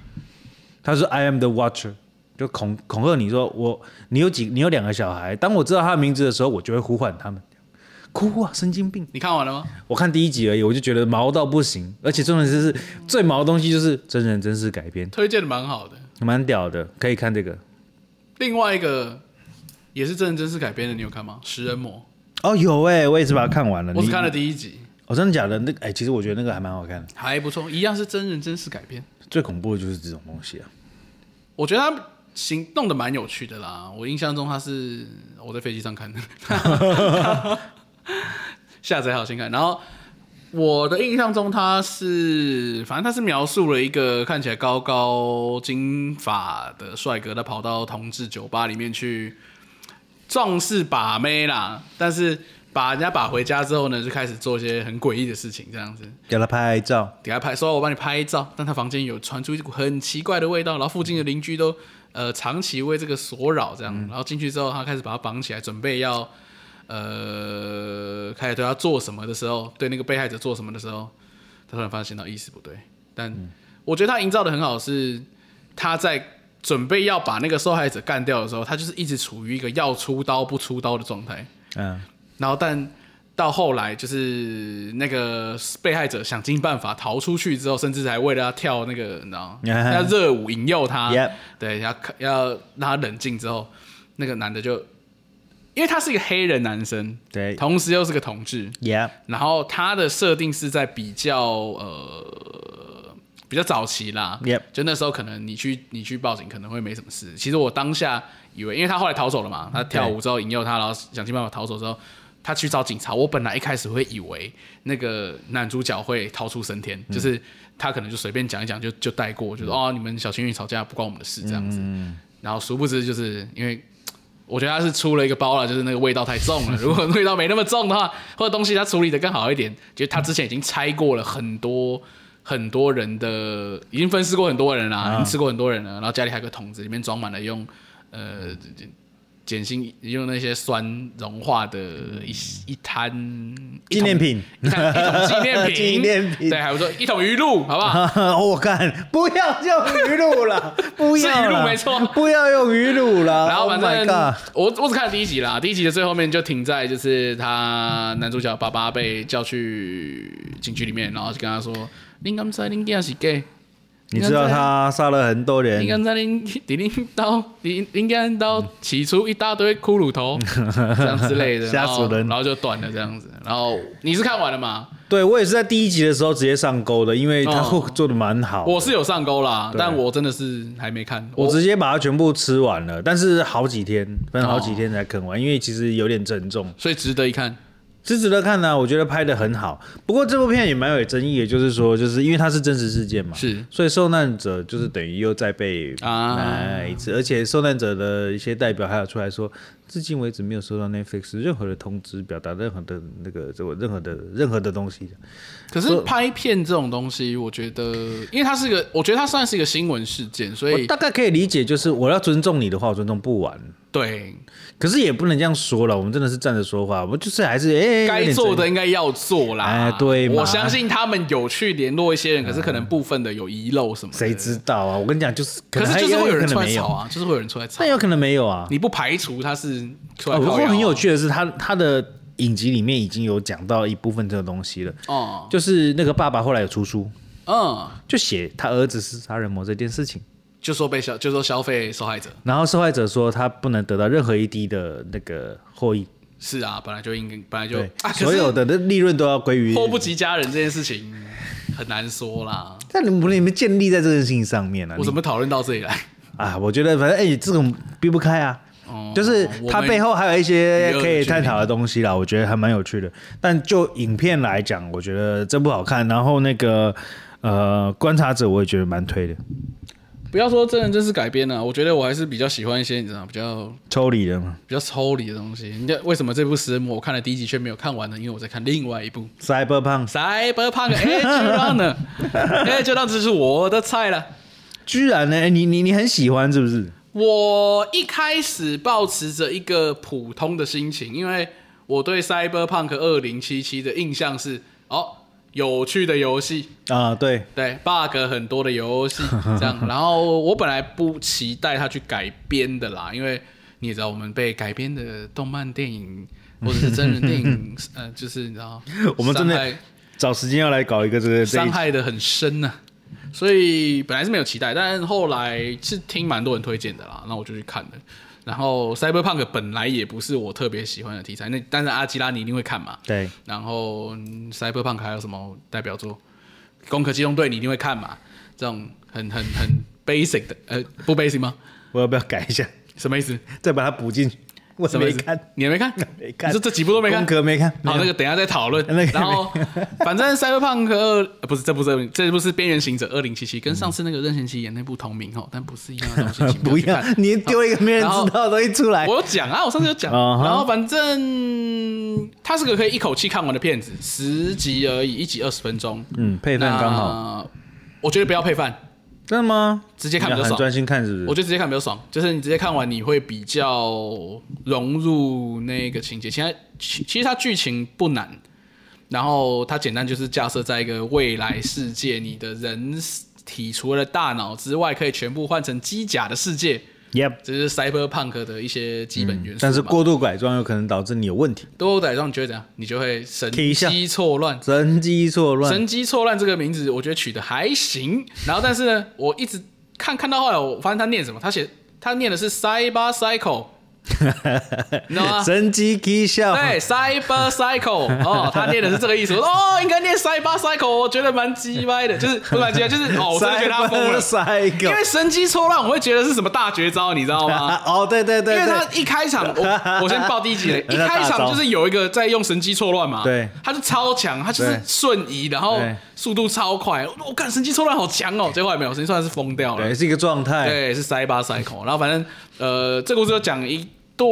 他说 “I am the watcher”，就恐恐吓你说我你有几你有两个小孩，当我知道他的名字的时候，我就会呼唤他们。哭啊，神经病！你看完了吗？我看第一集而已，我就觉得毛到不行，而且重点就是最毛的东西就是真人真事改编，推荐的蛮好的。蛮屌的，可以看这个另外一个也是真人真事改编的，你有看吗？食人魔哦，有哎、我也是把它看完了。我只你看了第一集，哦，真的假的？那哎、其实我觉得那个还蛮好看的。还不错，一样是真人真事改编。最恐怖的就是这种东西啊。我觉得他行动的蛮有趣的啦。我印象中他是我在飞机上看的， 下载好先看。然后我的印象中他是，反正他是描述了一个看起来高高金发的帅哥，他跑到同志酒吧里面去壮士把妹啦，但是。把人家把回家之后呢，就开始做一些很诡异的事情，这样子。给他拍照，给他拍，说我帮你拍照，但他房间有传出一股很奇怪的味道，然后附近的邻居都呃长期为这个所扰，这样，然后进去之后，他开始把他绑起来，准备要呃开始对他做什么的时候，对那个被害者做什么的时候，他突然发现到意识不对，但我觉得他营造的很好，是他在准备要把那个受害者干掉的时候，他就是一直处于一个要出刀不出刀的状态，嗯，然后但到后来就是那个被害者想尽办法逃出去之后，甚至还为了要跳那个，你知道吗， Yeah. 要热舞引诱他 Yep 对，要要让他冷静之后，那个男的就，因为他是一个黑人男生，对同时又是个同志， ，Yeah，然后他的设定是在比较呃比较早期啦 Yep 就那时候可能你去你去报警可能会没什么事。其实我当下以为，因为他后来逃走了嘛，他跳舞之后引诱他，然后想尽办法逃走之后，他去找警察。我本来一开始会以为那个男主角会逃出升天，就是他可能就随便讲一讲就就带过，就是、哦你们小情侣吵架不关我们的事这样子。然后殊不知就是因为我觉得他是出了一个包了，就是那个味道太重了。 如果味道没那么重的话，或者东西他处理的更好一点，就是他之前已经拆过了很多很多人的，已经分尸过很多人啊啦，已经吃过很多人了。然后家里还有个桶子，里面装满了用呃碱性用那些酸融化的一一滩纪念，品。一桶一桶纪念品， 纪念品对，还有说一桶鱼露，好不好？哦我看不要用鱼露 了，不要是鱼啦露没错不要用鱼露了。 然后 Oh 反 my 正 God，我我只看了第一集啦，第一集的最后面就停在就是他男主角爸爸被叫去警局里面，然后就跟他说：“你敢知恁囝是 gay？你知道他杀了很多你人，敢知恁 伫恁刀恁恁囝刀起出一大堆骷髅 头，这样之类的，吓死人然后然后就断了这样子。然后你是看完了吗？对我也是在第一集的时候直接上钩的，因为他哦 做的蛮好的。我是有上钩啦，但我真的是还没看。我直接把它全部吃完了，但是好几天，分哦好几天才啃完，因为其实有点沉重，所以值得一看。是值得看的、啊。我觉得拍的很好，不过这部片也蛮有争议的，就是说，就是因为它是真实事件嘛，是所以受难者就是等于又再被啊那一次，而且受难者的一些代表还有出来说，至今为止没有收到 Netflix 任何的通知，表达任何的那个这个任何的任何的东西。可是拍片这种东西，我觉得，因为它是个，我觉得它算是一个新闻事件，所我以大概可以理解，就是我要尊重你的话，我尊重不完。对可是也不能这样说了，我们真的是站着说话，我们就是还是哎，有该点做争议的应该要做啦。哎对嘛嗯我相信他们有去联络一些人，可是可能部分的有遗漏什么的。谁知道啊？我跟你讲，就是可能是还就是会有人可出能来没吵有，啊，就是会有人出来吵但。有可能没有啊。你不排除他是出来哦，不靠过腰啊很有趣的是，他他的影集里面已经有讲到一部分这个东西了，哦，就是那个爸爸后来有出书，嗯，就写他儿子是杀人魔这件事情，就说被消，就说消费受害者然后受害者说他不能得到任何一滴的那个获益，是啊，本来就应该，本来就对，啊，可是所有的那利润都要归于。祸不及家人这件事情很难说啦。但你们你们建立在这件事情上面啊我？怎么讨论到这里来？你啊，我觉得反正哎、这种避不开啊。哦就是它背后还有一些可以探讨。讨的东西啦，我觉得还蛮有趣的。但就影片来讲，我觉得这部好看。然后那个呃，观察者我也觉得蛮推的，不要说真人真事改编了、我觉得我还是比较喜欢一些你知道比较抽离的嘛比较抽离的东西。你知道为什么这部《食人魔》我看了第一集却没有看完呢？因为我在看另外一部《 ，Cyberpunk Cyberpunk Edge Runner》，Edge Runner 就是我的菜了。居然呢、哎你你你很喜欢是不是？我一开始抱持着一个普通的心情，因为我对《Cyberpunk 2077》的印象是哦，有趣的游戏，啊、对，对 bug 很多的游戏这样。然后我本来不期待它去改编的啦，因为你也知道我们被改编的动漫电影或者是真人电影，呃，就是你知道， 我们真的伤害找时间要来搞一个这个这一伤害的很深啊呐、所以本来是没有期待，但后来是听蛮多人推荐的啦，那我就去看了。然后 Cyberpunk 本来也不是我特别喜欢的题材，那但是阿基拉你一定会看嘛。对，然后嗯 Cyberpunk 还有什么代表作？攻壳机动队你一定会看嘛？这种很很很 basic 的，呃，不 basic 吗？我要不要改一下，什么意思？再把它补进去？我什么没意思看，，你还没看？没看你说这几部都没看功？课没看，没好，有那个等一下再讨论。 那个也没然后，反正《Cyberpunk 二》呃不是，这不是20这部是《边缘行者二零七七》，跟上次那个任贤齐演那部同名哦，但不是一样的东西。请 不去看要，你丢一个没人然后知道的东西出来。我有讲啊，我上次有讲。啊哈然后反正它是个可以一口气看完的片子，十集而已，一集二十分钟。嗯，配饭刚好，好。我觉得不要配饭，真的吗？直接看比较你要很爽专心看是不是？我觉得直接看比较爽，就是你直接看完你会比较融入那个情节。其他其其实它剧情不难，然后它简单就是架设在一个未来世界，你的人体除了大脑之外，可以全部换成机甲的世界， Yep，这是 cyberpunk 的一些基本元素嘛、嗯但是过度改装有可能导致你有问题，多歹让你觉得怎样，你就会神提一下机错乱。神机错 乱。神机错乱这个名字，我觉得取得还行。然后，但是呢，我一直看看到后来，我发现他念什么，他写他念的是 cyber cycle，你知道吗？神机 K 笑，，啊对，cyber cycle，哦，他念的是这个意思。我说哦，应该念 cyber cycle，我觉得蛮鸡歪的，就是不是蛮鸡歪，就是哦，我真的觉得他疯了塞狗因为神机错乱，我会觉得是什么大绝招，你知道吗？啊哦，对对对，因为对他一开 场，我我先报第一集了，一开场就是有一个在用神机错乱嘛，对他就超强，他就是对瞬移，然后对速度超快，我干神机错乱好强哦，结果还没有，神机错乱是疯掉了对，是一个状态，对，是塞巴塞口，然后反正呃，这故事就讲一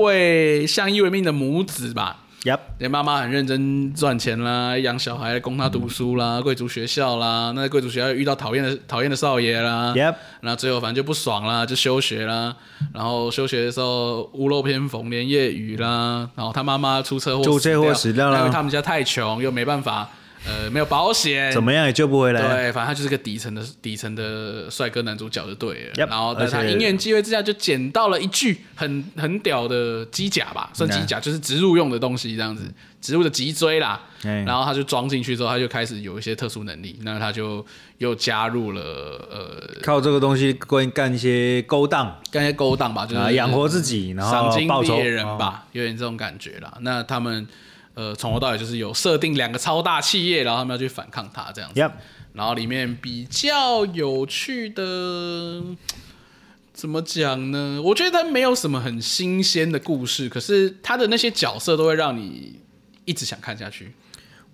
对相依为命的母子吧。 Yep，连妈妈很认真赚钱啦，养小孩供他读书嗯啦，贵族学校啦，那贵族学校遇到讨厌的讨厌的少爷啦 Yep 然后最后反正就不爽啦，就休学啦，然后休学的时候屋漏偏逢连夜雨啦，然后他妈妈出车祸出车祸死死掉啦因为他们家太穷又没办法，呃，没有保险，怎么样也救不回来，对，反正他就是个底层的底层的帅哥男主角就对了。 Yep，然后在他而且因缘机会之下，就捡到了一具很很屌的机甲吧，算机甲，就是植入用的东西这样子，植入的脊椎啦。哎然后他就装进去之后，他就开始有一些特殊能力，那他就又加入了呃，靠这个东西干干一些勾当干些勾当吧，就是、啊，养活自己，然嗯赏后金报仇哦猎人，吧，有点这种感觉啦。那他们呃，从头到尾就是有设定两个超大企业，然后他们要去反抗他这样子。 Yep 然后里面比较有趣的，怎么讲呢？我觉得它没有什么很新鲜的故事，可是它的那些角色都会让你一直想看下去。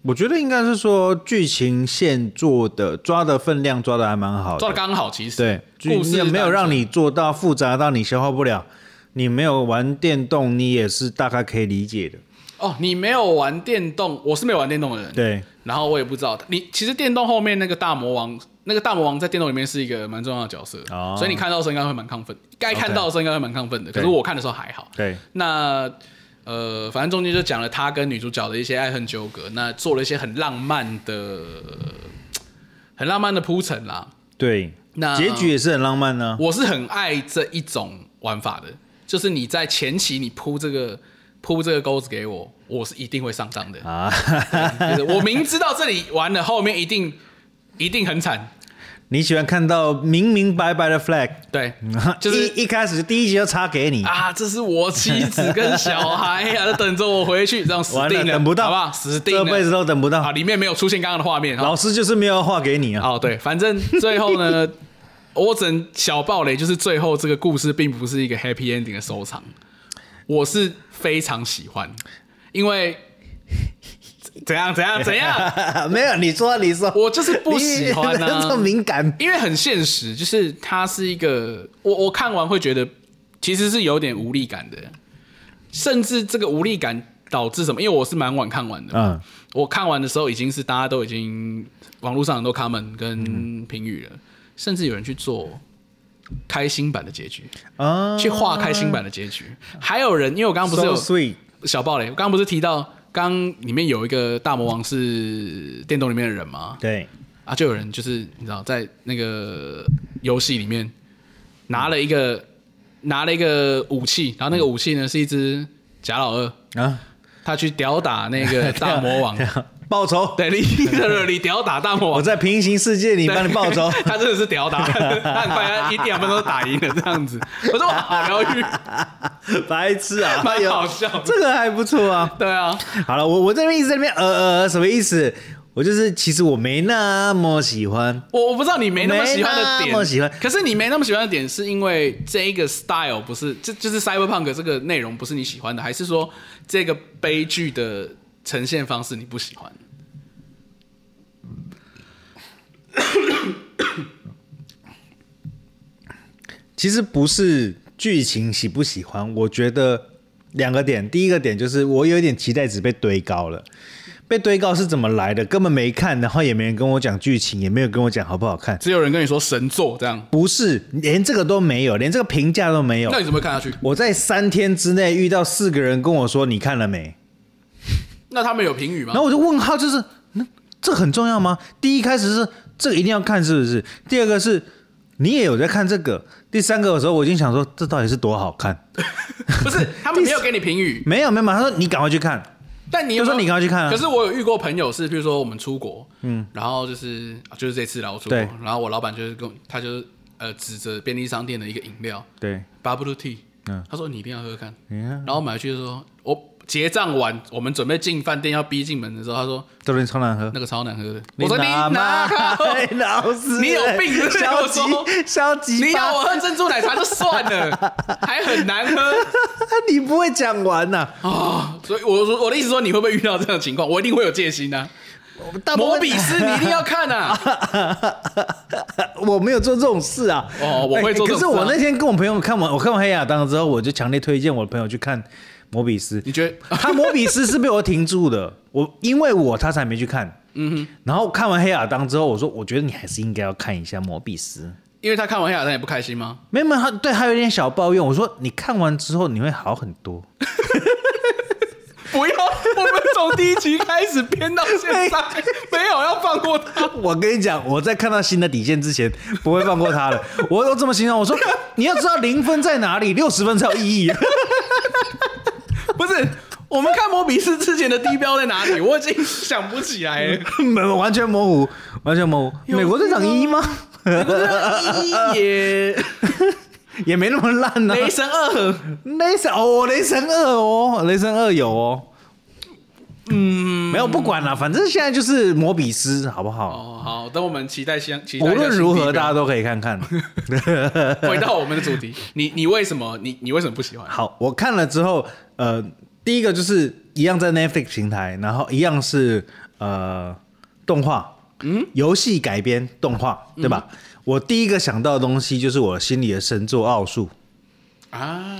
我觉得应该是说剧情线做的抓的分量抓的还蛮好的抓，的刚好，其实对，故事你没有让你你做到复杂到你消化不了。你没有玩电动，你也是大概可以理解的。哦，你没有玩电动，我是没有玩电动的人，对，然后我也不知道，你其实电动后面那个大魔王，那个大魔王在电动里面是一个蛮重要的角色，哦所以你看到的时候应该会蛮亢奋，该看到的时候应该会蛮亢奋的。可是我看的时候还好。对，那呃，反正中间就讲了他跟女主角的一些爱恨纠葛，那做了一些很浪漫的、很浪漫的铺陈啦。对，那结局也是很浪漫呢、我是很爱这一种玩法的，就是你在前期你铺这个铺这个钩子给我，我是一定会上当 的。啊。就是我明知道这里完了，后面一定一定很惨，你喜欢看到明明白白的 flag，对，就 就是是一一开始第一集就插给你，啊，这是我妻子跟小孩啊，都等着我回去，这样死完定了了，等不到，好不好？死定这辈了子都等不啊！到。里面没有出现刚刚的画面，哦老师就是没有话给你啊。哦，对，反正最后 呢，我整小暴雷就是最后这个故事并不是一个 happy ending 的收场，我是非常喜欢，因为怎样怎 样怎样，没有，你说你说，我就是不喜欢你这么啊。敏感。因为很现实，就是它是一个，我我看完会觉得其实是有点无力感的，甚至这个无力感导致什么？因为我是蛮晚看完的，嗯，我看完的时候已经是大家都已经网络上很多 comment 跟评语了，甚至有人去做开心版的结局，啊，去画开心版的结局，还有人，因为我刚刚不是有 so sweet，小暴雷，我刚刚不是提到。刚里面有一个大魔王是电动里面的人吗？对，啊，就有人就是你知道，在那个游戏里面拿了一个拿了一个武器，然后那个武器呢是一只假老二，啊，他去吊打那个大魔王， 报 仇，对，literally 屌打大魔我王，在平行世界里帮你报哦仇。 他真的是屌打，他很快，他一两分钟就打赢了这样子，我 说哇，好疗愈， 白痴啊，蛮好笑的这个还不错啊。对啊，好了，我我这边一直在那边呃呃呃，什么意思？我就是其实我没那么喜欢，我我不知道你没那么喜欢的没点，那么喜欢可是你没那么喜欢的点，是因为这一个 style 不是，这就是 cyberpunk 这个内容不是你喜欢的，还是说这个悲剧的呈现方式你不喜欢？其实不是剧情喜不喜欢，我觉得两个点，第一个点就是我有一点期待值被堆高了。被堆高是怎么来的？根本没看，然后也没人跟我讲剧情，也没有跟我讲好不好看。只有人跟你说神作这样，不是，连这个都没有，连这个评价都没有那。你怎么会看下去？我在三天之内遇到四个人跟我说你看了没，那他们有评语吗然？后我就问号，就是嗯这很重要吗？第一开始是这个一定要看是不是？第二个是你也有在看这个，第三个的时候我已经想说这到底是多好看？不是，他们没有给你评语，没有没有，他说你赶快去看，但你有没有就说你赶快去看啊可是我有遇过朋友是，比如说我们出国，嗯，然后就是啊就是这次啦，我出国对，然后我老板就是跟我他就是呃指着便利商店的一个饮料对， bubble tea，嗯他说你一定要喝喝看，你看然后买回去就说，我哦结账完，我们准备进饭店要逼进门的时候，他说这边超难喝。那个超难喝的。你我说你拿拿吗？ 靠，老师，欸你有病是不是消跟我极消极，你啊要要我喝珍珠奶茶就算了， 还很难喝啊你不会讲完呐、哦。所以我说我的意思说，你会不会遇到这样的情况？我一定会有戒心的。大部分摩比斯你一定要看啊！我没有做这种事啊。哦我会做这种事啊可是我那天跟我朋友看完，我看完《黑亚当》之后，我就强烈推荐我的朋友去看《摩比斯》。你觉得？ 他《摩比斯》是被我停住的，我因为我他才没去看。嗯哼。然后看完《黑亚当》之后，我说我觉得你还是应该要看一下《摩比斯》。因为他看完《黑亚当》也不开心吗？没有没有，他对他有点小抱怨。我说你看完之后你会好很多。不要，我们从第一集开始编到现在，没有要放过他。我跟你讲，我在看到新的底线之前不会放过他的。 我都这么形容，我说你要知道零分在哪里，六十分才有意义。不是，我们看摩比斯之前的低标在哪里？我已经想不起来了。没有完全模糊，完全模糊。有美国队长一吗？一也也没那么烂呢、雷神二，雷神哦，雷神二哦，雷神二有哦。嗯，没有不管了，反正现在就是摩比斯，好不好？哦，好，等我们期待相期待无一下论如何，新地嗯大家标都可以看 看。回到我们的主题，你你为什么你你为什么不喜欢？好，我看了之后，呃，第一个就是一样在 Netflix 平台，然后一样是呃动画，嗯，游戏改编动画，对吧？我第一个想到的东西就是我心里的神作《奥数》。啊，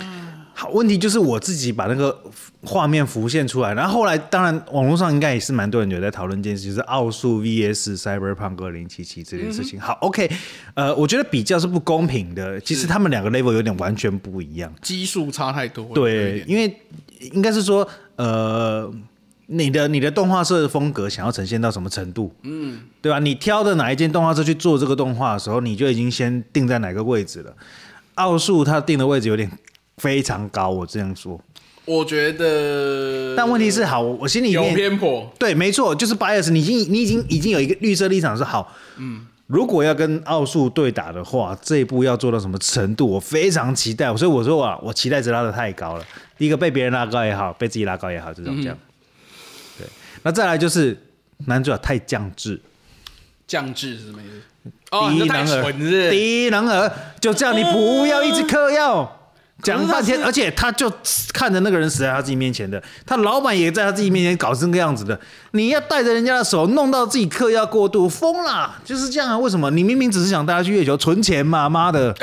好，问题就是我自己把那个画面浮现出来，然后后来当然网络上应该也是蛮多人有在讨论这件事，就是奥数 VS Cyberpunk 二零七七这件事情。好，OK，呃，我觉得比较是不公平的，其实他们两个 level 有点完全不一样。基数差太多了。有一对，点因为应该是说，呃，你的你的动画社的风格想要呈现到什么程度，嗯，对吧？你挑的哪一间动画社去做这个动画的时候，你就已经先定在哪个位置了。奥数它定的位置有点非常高，我这样说。我觉得，但问题是，好，我我心里有面偏颇，对，没错，就是 bias，你已经你已经已经有一个绿色立场是好，嗯。如果要跟奥数对打的话，这一步要做到什么程度？我非常期待，所以我说啊，我期待值拉的太高了。第一个被别人拉高也好，被自己拉高也好，这种这样。对，那再来就是男主角太降智，降智是什么意思？哦，第你一这太男儿蠢是不是？第一男儿就叫你不要一直嗑药。讲半哦可是他天，是而且他就看着那个人死在他自己面前的，他老板也在他自己面前搞成这个样子的。你要带着人家的手，弄到自己嗑药过度，疯啦！就是这样啊。为什么？你明明只是想带他去月球存钱嘛，妈的！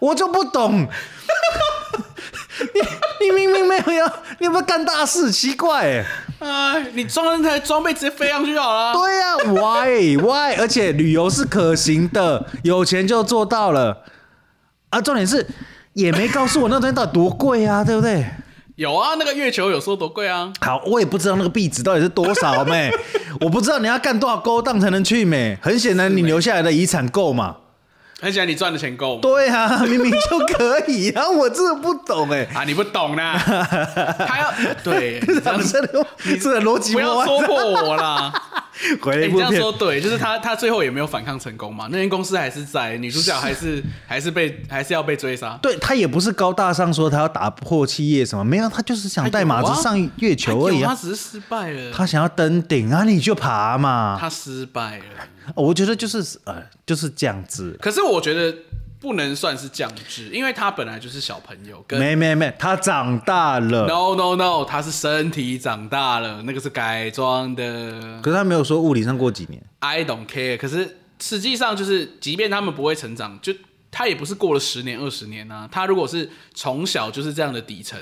我就不懂， 你你明明没有要，你有没有干大事？奇怪、欸，哎，你装那台装备直接飞上去好了。 对呀、w h y why？而且旅游是可行的，有钱就做到了。啊，重点是也没告诉我那东西到底多贵啊，对不对？有啊，那个月球有说多贵啊？好，我也不知道那个币值到底是多少妹， 我不知道你要干多少勾当才能去妹。很显然，你留下来的遗产够嘛？而且你赚的钱够吗对啊，明明就可以啊，我真的不懂哎、啊，你不懂 啦，他要对，你这样这个 这个逻辑不要完戳破我啦。回了欸一你 部这样片说对，就是他他最后也没有反抗成功嘛，那间公司还是在，女主角还 是还是被还是要被追杀。对他也不是高大上，说他要打破企业什么，没有，他就是想带马他有啊子上月球而已他有啊他。只是失败了，他想要登顶啊，你就爬嘛。他失败了。哦我觉得就是呃，就是这样子。可是我觉得不能算是降智，因为他本来就是小朋友，跟没没没，他长大了， no no no，他是身体长大了，那个是改装的。可是他没有说物理上过几年。 I don't care。可是实际上就是，即便他们不会成长，就他也不是过了十年二十年啊。他如果是从小就是这样的底层，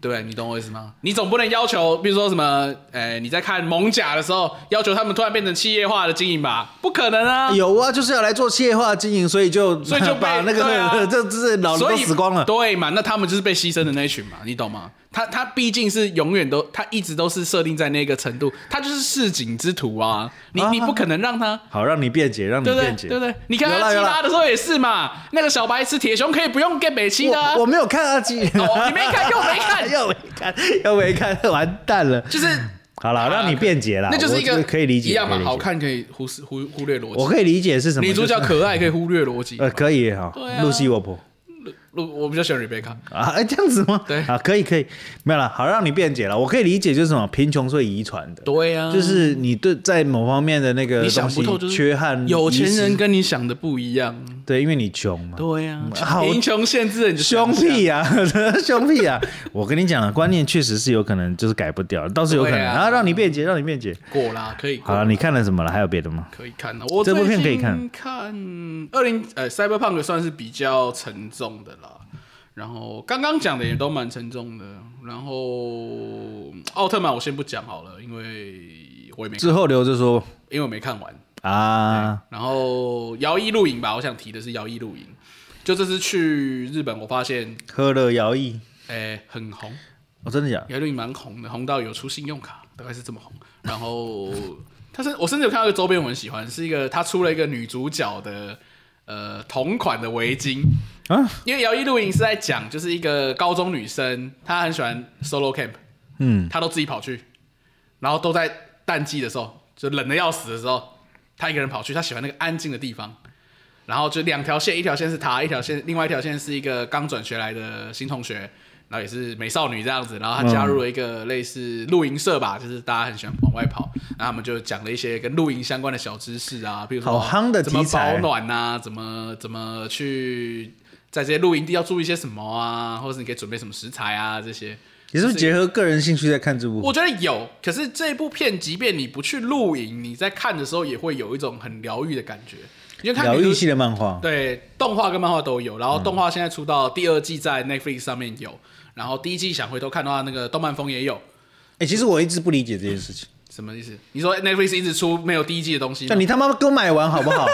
对你懂我意思吗？你总不能要求，比如说什么，呃，你在看蒙甲的时候，要求他们突然变成企业化的经营吧？不可能啊！有啊，就是要来做企业化经营，所以就所以 就被把那对啊个这这老人所哦都以死光了。对嘛？那他们就是被牺牲的那一群嘛，你懂吗？他他毕竟是永远都，他一直都是设定在那个程度，他就是市井之徒啊！你你不可能让他好，让你辩解，让你对不对辩？解。对不对？你看有啦他基有啦拉的时候也是嘛，那个小白痴铁熊可以不用 get 北七的啊、我我没有看阿基，哦你没看又没看 又没看，又没看， 完蛋了。就是啊好了，让你辩解啦，那就是一嗯啊我个这可以理解，一样嘛可以，理解好，看可以忽视忽忽略逻我辑，可以理解是什么。女主角就是可爱可以忽略逻辑。 呃可以哈对啊，露西我婆我我比较喜欢 Rebecca，啊，哎这样子吗？对啊，可以可以，没有了，好让你辩解了，我可以理解就是什么贫穷是会遗传的，对啊就是你对在某方面的那个你东想不西透就是缺憾，有钱遗人失跟你想的不一样。对，因为你穷嘛，对啊呀、嗯好贫穷限制了你的凶想象屁呀、 凶屁呀、我跟你讲啊，观念确实是有可能就是改不掉，倒是有可能对啊啊，让你辩解，让你辩解。过啦，可以过好了，你看了什么了？还有别的吗？可以看了。我这部最片可以近看看二零呃 Cyberpunk 算是比较沉重的啦，然后刚刚讲的也都蛮沉重的。然后嗯奥特曼我先不讲好了，因为我也没看之后留着说因为我没看完。啊，然后摇曳露营吧，我想提的是摇曳露营。就这次去日本，我发现，喝了摇曳，诶、很红，我、真的假的？摇曳露营蛮红的，红到有出信用卡，大概是这么红。然后，他是我甚至有看到一个周边我很喜欢，是一个他出了一个女主角的呃同款的围巾啊因为摇曳露营是在讲就是一个高中女生，她很喜欢 solo camp，嗯，她都自己跑去，然后都在淡季的时候，就冷的要死的时候，她一个人跑去，她喜欢那个安静的地方。然后就两条线，一条线是她，一条线另外一条线是一个刚转学来的新同学，然后也是美少女这样子。然后她加入了一个类似露营社吧，就是大家很喜欢往外跑，然后他们就讲了一些跟露营相关的小知识啊，比如说好夯的怎么题材保暖啊，怎么怎么去在这些露营地要注意些什么啊，或者是你可以准备什么食材啊这些。你是不是结合个人兴趣在看这部？我觉得有，可是这部片，即便你不去露营，你在看的时候也会有一种很疗愈的感觉。因为看疗比如愈嗯系的漫画，对，动画跟漫画都有，然后动画现在出到第二季在 Netflix 上面有，然后第一季想回头看的话，那个动漫风也有，哎、其实我一直不理解这件事情。什么意思？你说 Netflix 一直出没有第一季的东西吗叫你他妈给我买完好不 好？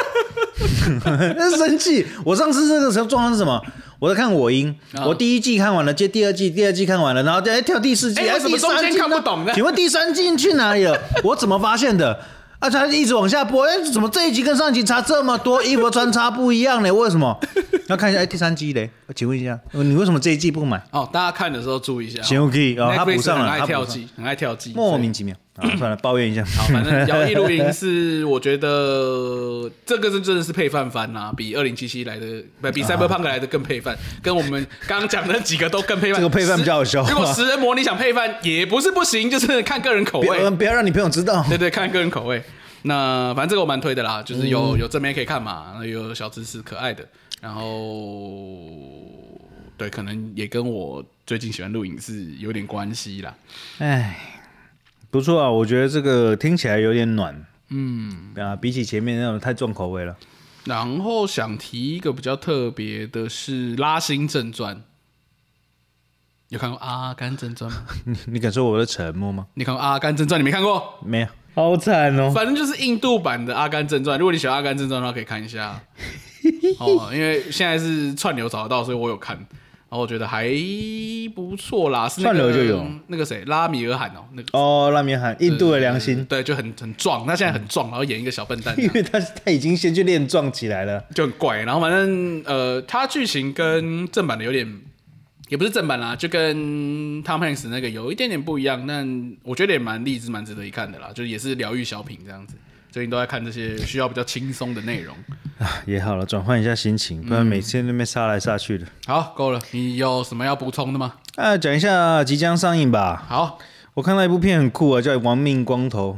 生气！我上次这个时候状况是什么？我在看我音，啊我第一季看完了，接第二季，第二季看完了，然后哎跳第四季，哎哎为什么第三中间季看不呢懂啊呢请问第三季去哪里了？ 我怎么发现的？啊，他一直往下播，哎，怎么这一集跟上一集差这么多？衣服穿插不一样呢？为什么？要看一下，哎，第三季嘞？请问一下，呃你为什么这一季不买？哦，大家看的时候注意一下。行，OK，哦，他补 Netflix 上很了，爱他补跳上，机，很爱跳机，莫名其妙。啊，算了，抱怨一下。好，反 正摇曳露营是，我觉得这个是真的是配饭番啦、比二零七七来的，不啊比 Cyberpunk 来的更配饭，跟我们刚刚讲的那几个都更配饭。 这个配饭十比较好笑啊如果食人魔你想配饭也不是不行，就是看个人口不要味。不要让你朋友知道。对对，看个人口味。那反正这个我蛮推的啦，就是嗯有有正面可以看嘛，有小知识可爱的，然后对，可能也跟我最近喜欢露营是有点关系啦。哎，不错啊，我觉得这个听起来有点暖。嗯，啊，比起前面那种太重口味了。然后想提一个比较特别的是《拉辛正传》，有看过《阿甘正传》吗？ 你你敢说我的沉默吗？你看过《阿甘正传》？你没看过？没有，好惨哦。反正就是印度版的《阿甘正传》。如果你喜欢《阿 甘正传》的话，可以看一下。哦，因为现在是串流找得到，所以我有看。然后我觉得还不错啦，是那串个流就有那个谁拉米尔汗哦，那个哦，拉米汗，印度的良心，对，就很很壮，他现在很壮，然后演一个小笨蛋这因样，为他他已经先去练壮起来了。就很怪。然后反正呃，他剧情跟正版的有点，也不是正版啦，就跟 Tom Hanks 那个有一点点不一样，但我觉得也蛮励志、蛮值得一看的啦，就是也是疗愈小品这样子。最近都在看这些需要比较轻松的内容。啊也好了，转换一下心情，不然每天那边杀来杀去的。好，够了，你有什么要补充的吗？啊，讲一下即将上映吧。好，我看到一部片很酷啊，叫《亡命光头》。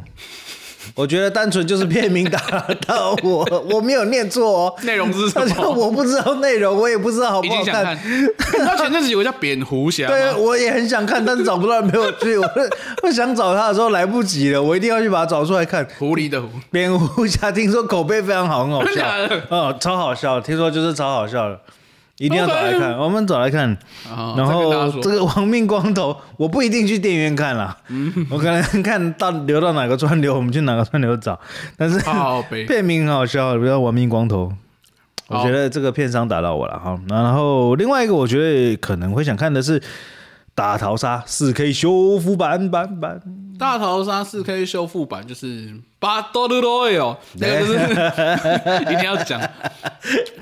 我觉得单纯就是片名打到我， 我没有念错哦。内容是什但是么？我不知道内容，我也不知道好已不好经想看。看。你知道前阵子有个叫蝙蝠侠对，吗？我也很想看，但是找不到人陪我去。我 我想找他的时候来不及了，我一定要去把它找出来看。狐狸的狐，蝙蝠侠听说口碑非常好，很好真的笑假的，哦，超好笑，听说就是超好笑的，一定要找来看。我们找来看，啊然再跟大家后说这个亡命光头，我不一定去电影院看啦，嗯我可能看到留到哪个串流，我们去哪个串流找。但是靠北 片名很好笑，比如说亡命光头。我好觉得这个片商打到我了哈，然后另外一个我觉得可能会想看的是《大逃杀》四 K 修复版版版，嗯大逃杀四 K 修复版就是巴多鲁罗哟， 那个就是 一定要讲。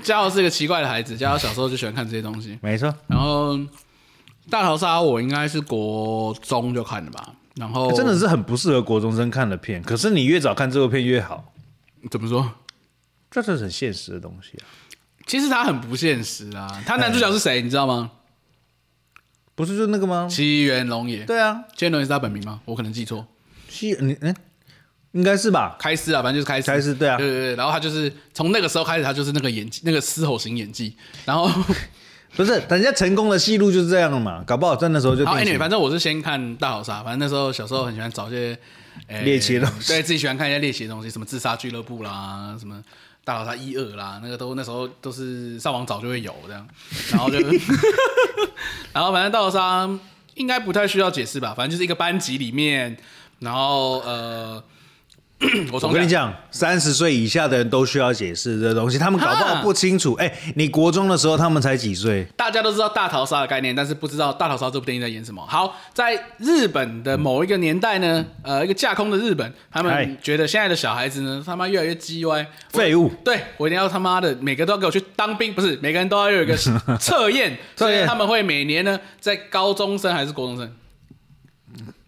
嘉豪是个奇怪的孩子，嘉豪小时候就喜欢看这些东西。没错，然后大逃杀我应该是国中就看的吧，然后哎真的是很不适合国中生看的片，可是你越早看这部片越好，怎么说？这是很现实的东西啊，其实他很不现实啊，他男主角是谁你知道吗？不是就那个吗？七原龙也，对啊，七原龙也是他本名吗？我可能记错，西你嗯，应该是吧？开司啊，反正就是开司，开司对啊对对对。然后他就是从那个时候开始，他就是那个演技，那个嘶吼型演技，然后。不是，人家成功的戏路就是这样嘛，搞不好在那时候就好变，anyway，形。反正我是先看大逃杀，反正那时候小时候很喜欢找一些、诶猎奇的东对自己喜欢看一些猎奇的东西，什么自杀俱乐部啦，什么大逃杀一二啦，那个都那时候都是上网找就会有这样，然 后就，然后反正大逃杀应该不太需要解释吧，反正就是一个班级里面，然后呃， 我我从跟你讲，三十岁以下的人都需要解释这东西，他们搞不哈好不清楚。哎、你国中的时候他们才几岁？大家都知道大逃杀的概念，但是不知道大逃杀这部电影在演什么。好，在日本的某一个年代呢，呃，一个架空的日本，他嗨们觉得现在的小孩子呢，他妈越来越叽歪，我哎废物。对我一定要他妈的每个都要给我去当兵，不是每个人都要有一 个测验，所测验以他们会每年呢，在高中生还是国中生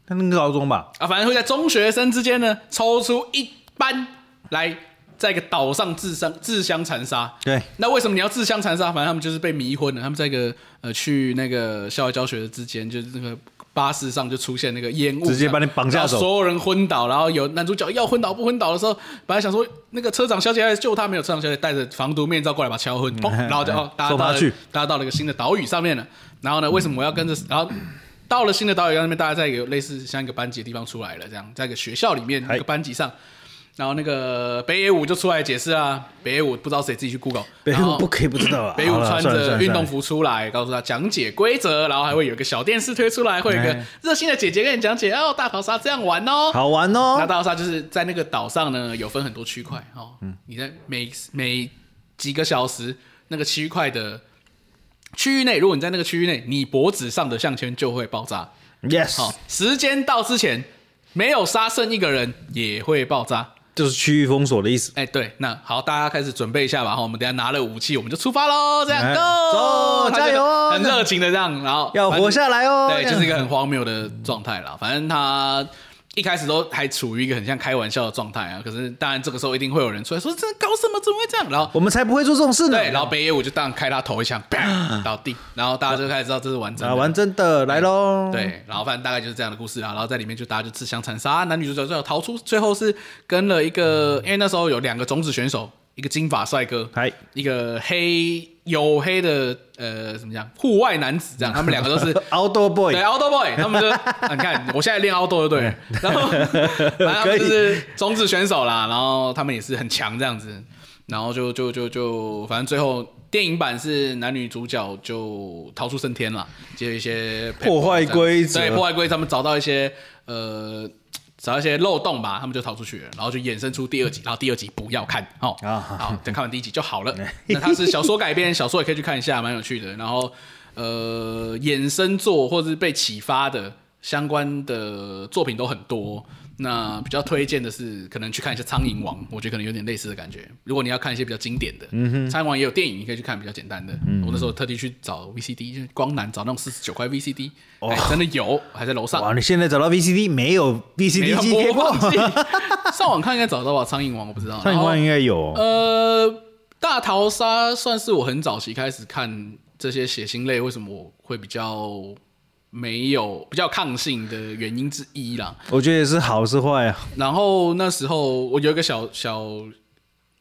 他那个高中吧，啊，反正会在中学生之间呢，抽出一班来。在一个岛上自相自相残杀，对，那为什么你要自相残杀？反正他们就是被迷昏了。他们在一个呃去那个校外教学之间，就是那个巴士上就出现那个烟雾，直接把你绑架走然后所有人昏倒，然后有男主角要昏倒不昏倒的时候，本来想说那个车长小姐来救他，没有车长小姐戴着防毒面罩过来把他敲昏，砰，然后就哦，大家送嗯哎他到了去大家到了一个新的岛屿上面了。然后呢，为什么我要跟着？然后到了新的岛屿那边，大家在一个类似像一个班级的地方出来了，这样在一个学校里面嗨一个班级上。然后那个北野武就出来解释啊，北野武不知道谁自己去 Google，北然后武不可以不知道啊。北舞好了穿算了着算了运动算了服出来，告诉他讲解规则，然后还会有一个小电视推出来，会有一个哎热心的姐姐跟你讲解哦，大逃杀这样玩哦。好玩那哦。大逃杀就是在那个岛上呢，有分很多区块哦。嗯你在每每几个小时那个区块的区域内，如果你在那个区域内，你脖子上的项圈就会爆炸。 Yes，好，时间到之前没有杀剩一个人也会爆炸。就是区域封锁的意思。哎，对，那好，大家开始准备一下吧。哈，我们等一下拿了武器，我们就出发喽。这样哎 go，走他就加油哦很热情的这样，然后要活下来哦！对，就是一个很荒谬的状态啦。反正他一开始都还处于一个很像开玩笑的状态啊，可是当然这个时候一定会有人出来说：“这搞什么？怎么会这样？”然后我们才不会做这种事呢。对，然后北野武就当然开他头一枪，砰倒地，然后大家就开始知道这是完整啊，的。玩真的来喽。，对，然后反正大概就是这样的故事啊，然后在里面就大家就自相残杀，男女主角最后逃出，最后是跟了一个，因为那时候有两个种子选手，一个金发帅哥，嗨，一个黑黝黑的呃怎么讲，户外男子这样，他们两个都是 Outdoor 对 Boy， Outdoor Boy，他们就啊你看我现在练 Outdoor 就对了，然后反正他可们以就是种子选手啦，然后他们也是很强这样子，然后就就就就反正最后电影版是男女主角就逃出升天了，接一些破坏规则对破坏规则，他们找到一些呃。找到一些漏洞吧，他们就逃出去了，然后就衍生出第二集，然后第二集不要看哦，啊哎好，等看完第一集就好了。那它是小说改编，小说也可以去看一下，蛮有趣的。然后呃衍生作或者是被启发的相关的作品都很多。那比较推荐的是，可能去看一下《苍蝇王》，我觉得可能有点类似的感觉。如果你要看一些比较经典的，嗯苍蝇王》也有电影，你可以去看比较简单的。我那时候特地去找 VCD，就是光南找那种四十九块 VCD，哎、真的有，还在楼上。哇，你现在找到 VCD 没有没 VCD 有机可以播播放？器， 上网看应该找得到吧？《苍蝇王》我不知道。上一关应该有哦，呃，大逃杀算是我很早期开始看这些血腥类，为什么我会比较没有比较抗性的原因之一啦。我觉得也是好是坏啊。然后那时候我有一个小小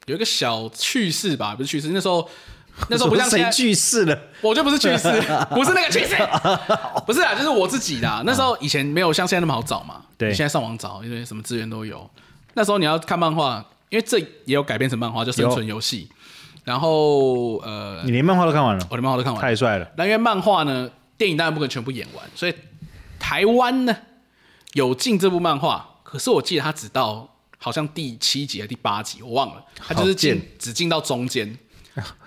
有一个小趣事吧，不是趣事，那时候那时候不 像现谁在，去世了，我就不是去世， 不是那个去世，不是啊，就是我自己啦。那时候以前没有像现在那么好找嘛，对你现在上网找，因为什么资源都有。那时候你要看漫画，因为这也有改编成漫画，叫《生存游戏》。然后呃，你连漫画都看完了，我的漫画都看完了，太帅了。那因为漫画呢，电影当然不可能全部演完，所以台湾呢有进这部漫画，可是我记得它只到好像第七集还是第八集，我忘了，它就是进好只进到中间，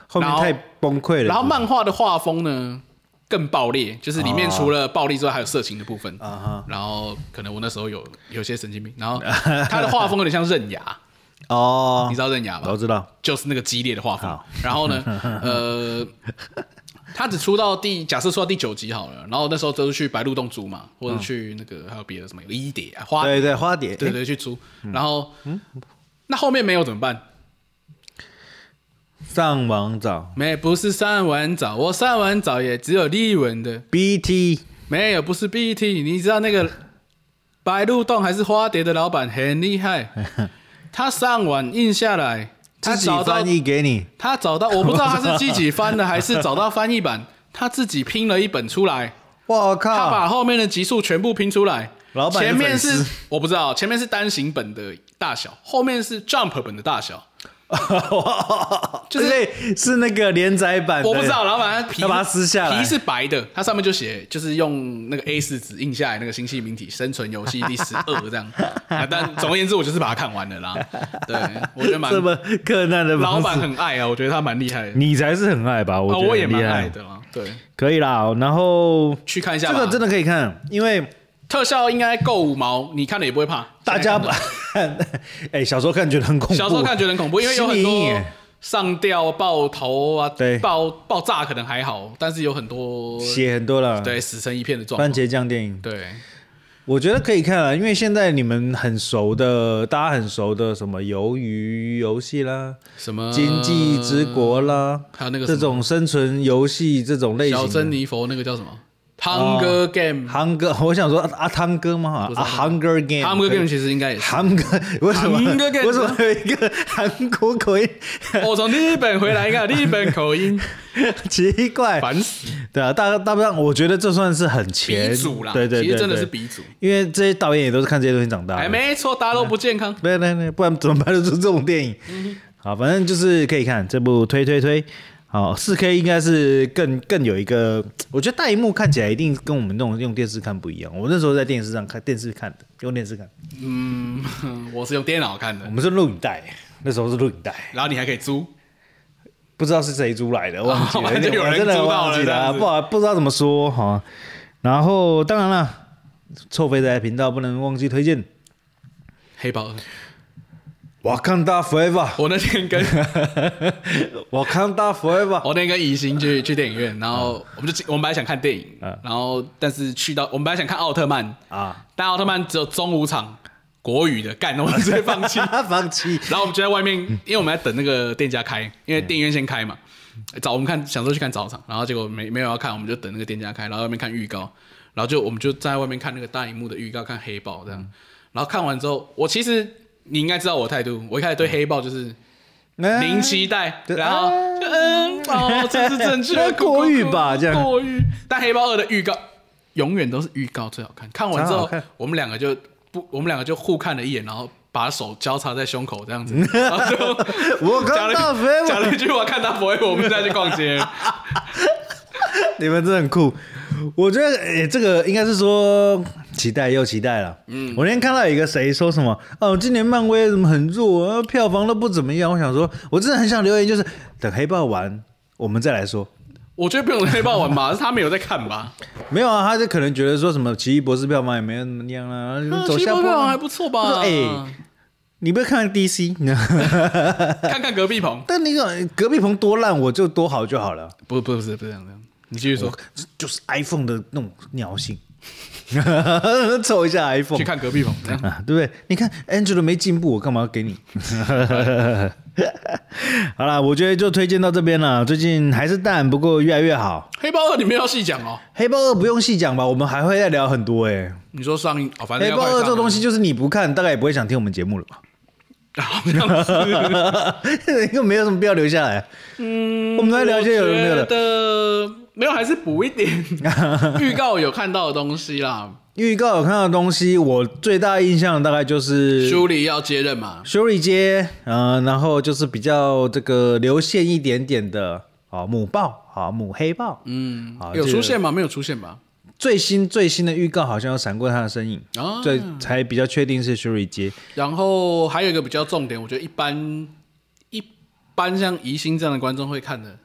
后面然后太崩溃了。然后漫画的画风呢更爆裂，就是里面除了暴力之外，还有色情的部分。啊然后可能我那时候有有些神经病，然 后它的画风有点像刃牙，哈哦你，知道刃牙吧我？知道，就是那个激烈的画风好。然后 呢，呃，他只出到第假设出到第九集好了，然后那时候都是去白鹿洞租嘛，或者去那个还有别的什么一蝶啊花，对对对，嗯花蝶，对诶去租。然后那后面没有怎么办？上网找没，不是上完找，我上完找也只有立文的， BT 没有，不是 BT。你知道那个白鹿洞还是花蝶的老板很厉 害，他上网印下来，他自己找到翻译给你，他找到，我不知道他是自己翻的还是找到翻译版，他自己拼了一本出来，他我靠， 把后面的集数全部拼出来。啊老板的前面粉丝是我不知道，前面是单行本的大小，后面是 Jump 本的大小，就是是是那个连载版的，我不知道。老板他皮要把它撕下来皮是白的，它上面就写就是用那个 A 4纸印下来那个星系名体生存游戏第十二这样。 啊但总而言之，我就是把它看完了啦。对，我觉得蛮这么困难的老方式板，很爱啊，我觉得他蛮厉害的。你才是很爱吧？我啊觉得我也很厉蛮害爱，的啦，对，可以啦。然后去看一下这吧。个真的可以看，因为特效应该够五毛，你看了也不会怕。大家现在看 哎，小时候看觉得很恐怖，小时候看觉得很恐怖，因为有很心理阴多影上吊、爆头啊，对爆爆炸可能还好，但是有很多写很多了，，对死成一片的状番况。茄酱电影，对，我觉得可以看啊，因为现在你们很熟的，大家很熟的什么鱿鱼游戏啦、什么经济之，国啦，还有那个这什么种生存游戏这种类型小的，哦珍妮佛那个叫什么？Hunger Game，Hunger 汤哥，我想说啊啊，汤哥吗？不是啊，Hunger Game。 Game 其实应该也是。韩哥为什么？ Hunger Game 为什么有一个韩国口音？我哦从日本回来，应该有日本口 音，奇怪，烦死。对啊，大大不然，我觉得这算是很前鼻祖啦，对对对，其实真的是对，鼻祖。因为这些导演也都是看这些东西长大的。哎，没错，大家都不健康。对对对，不然怎么拍得出这种电影？嗯好，反正就是可以看这部推推推。好，四 K 应该是更更有一个，我觉得大荧幕看起来一定跟我们那种用电视看不一样。我那时候在电视上看电视看的，用电视看，嗯，我是用电脑看的我，们是录影带，那时候是录影带，然后你还可以租。不知道是谁租来的，忘记了，哦 就有人我真的租到忘了记这了，样子不好不知道怎么说哈。然后当然了，臭肥仔频道不能忘记推荐《黑豹二，瓦康达 Forever》，我那天跟《瓦康达 Forever》我那天跟宜兴去去电影院，然后我们就我们本来想看电影，嗯然后但是去到我们本来想看奥特曼，啊， 但奥特曼只有中午场国语的，干，我们直接放弃。放弃。然后我们就在外面，因为我们在等那个店家开，因为电影院先开嘛。早我们看想说去看早场，然后结果没没有要看，我们就等那个店家开，然后在外面看预告，然后就我们就在外面看那个大荧幕的预告，看黑豹这样。然后看完之后，我其实你应该知道我的态度，我一开始对黑豹就是零零期待，对然后就嗯哦，这是正确 的那国语吧这样国语。但黑豹二的预告永远都是预告最好看，看完之超好后看我们两个就不，我们两个就互看了一眼，然后把手交叉在胸口这样子，然后就 我讲看到了 forever 讲了一句话，看他不会，我们再去逛街。你们真的很酷。我觉得，诶、这个应该是说期待又期待了。嗯，我那天看到有一个谁说什么，哦，今年漫威怎么很弱，啊票房都不怎么样。我想说，我真的很想留言，就是等黑豹完，我们再来说。 我觉得不用黑豹玩吧，是他没有在看吧？没有啊，他就可能觉得说什么奇异博士票房也没有怎么样啦、然后就走七下波坡票啊、哎还不错吧？我说你不要看 DC，你知道吗看看隔壁棚， 但那个隔壁棚多烂，我就多好就好了，不不不是不是这样这样，你继续说，就是 iPhone 的那种尿性， 凑一下 iPhone 去看隔壁棚，这样啊，对不对？你看 Angela 没进步，我干嘛要给你？ 好啦，我觉得就推荐到这边了。最近还是淡，不过越来越好。黑豹二你们要细讲哦。黑豹二不用细讲吧，我们还会再聊很多哎、你说上映哦，反正黑要豹快二上这个 东了，西就是你不看，大概也不会想听我们节目了吧？好像是。 又没有什么必要留下来。嗯，我们来聊一些有的没有我觉的。得没有，还是补一 点预告有看到的东西啦。预告有看到的东西，我最大印象大概就是修理要接任嘛，修理街，嗯、然后就是比较这个流线一点点的，啊，母豹，啊，母黑豹，嗯好，有这个出现吗？没有出现吧？最新最新的预告好像有闪过他的身影，啊所以才比较确定是 Shuri 接。然后还有一个比较重点，我觉得一般一般像宜兴这样的观众会看的，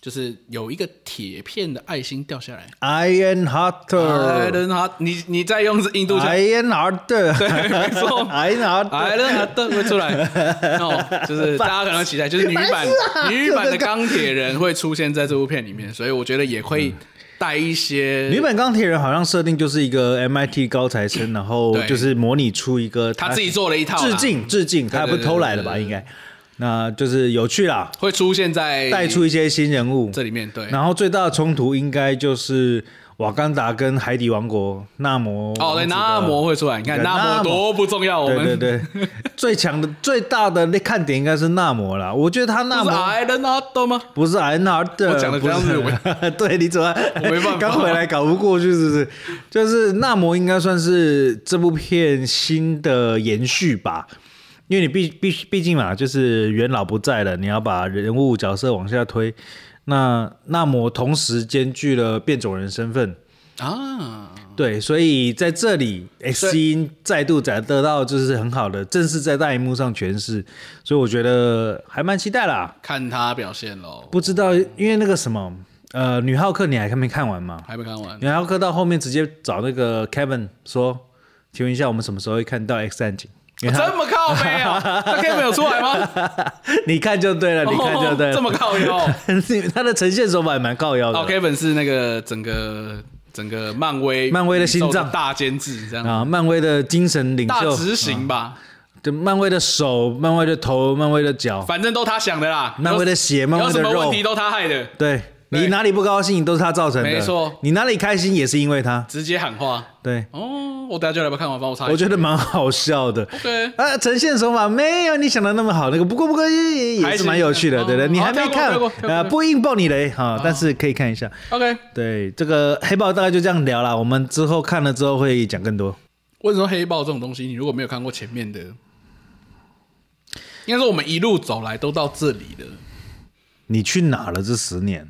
就是有一个铁片的爱心掉下来。哎 Iron 艾 Heart，Iron 伦哈，你你再用印度腔， Heart，对， 没 错啊，Iron Heart，艾伦哈特会出来， 哦，就是大家可能期待，就是女版女版的钢铁人会出现在这部片里面，所以我觉得也会带一些嗯女版钢铁人好像设定就是一个 MIT 高材生，然后对就是模拟出一个他自己做了一套啦致敬致敬，对他不对偷来的吧？对对应该，那就是有趣啦，会出现在带出一些新人物。这里面，对，然后最大的冲突应该就是瓦干达跟海底王国纳摩哦，王对，子的纳摩会出来，你看对纳摩纳摩多不重要，我们对对对，最强的、最大的那看点应该是纳摩啦。我觉得他纳不是摩艾伦哈特 吗？不是 N R 的，我讲得这样子不是 对你怎么我没办法刚回来搞不过去，是不是？就是纳摩应该算是这部片新的延续吧。因为你毕毕毕竟嘛，就是元老不在了，你要把人物角色往下推。那纳摩同时兼具了变种人身份，啊，对，所以在这里，X 音再度展得到就是很好的，正式在大荧幕上诠释，所以我觉得还蛮期待啦。看他表现喽，不知道因为那个什么，呃，女浩克你还看没看完嘛？还没看完。女浩克到后面直接找那个 Kevin 说，请问一下我们什么时候会看到 X 战警？ 因为他这么靠背啊？ 那 K 没有出来吗？你看就对了，你看就哦对了。这 么靠腰哦。他的呈现手法也蛮靠腰的。哦，Kevin 是那个整个整个漫威漫威的心脏宇宙大监制，这样啊，漫威的精神领大袖，执行吧，就漫威的手、漫威的头、漫威的脚、反正都他想的啦。啊漫威的血、漫有威什的么问肉，题都他害的，对你对哪里不高兴都是他造成的，没错。你哪里开心也是因为他，直接喊话。对，哦，我等下就来吧，看完帮我查一下。我觉得蛮好笑的。 OK， 啊，呈现手法没有你想的那么好，那个不过不过也还也是行蛮有趣的，嗯对不对？嗯你好还没跳过看跳过跳过啊，不硬爆你雷哈，但是可以看一下。 OK。对，这个黑豹大概就这样聊啦，我们之后看了之后会讲更多。为什么黑豹这种东西，你如果没有看过前面的，应该说我们一路走来都到这里了。你去哪了？这十年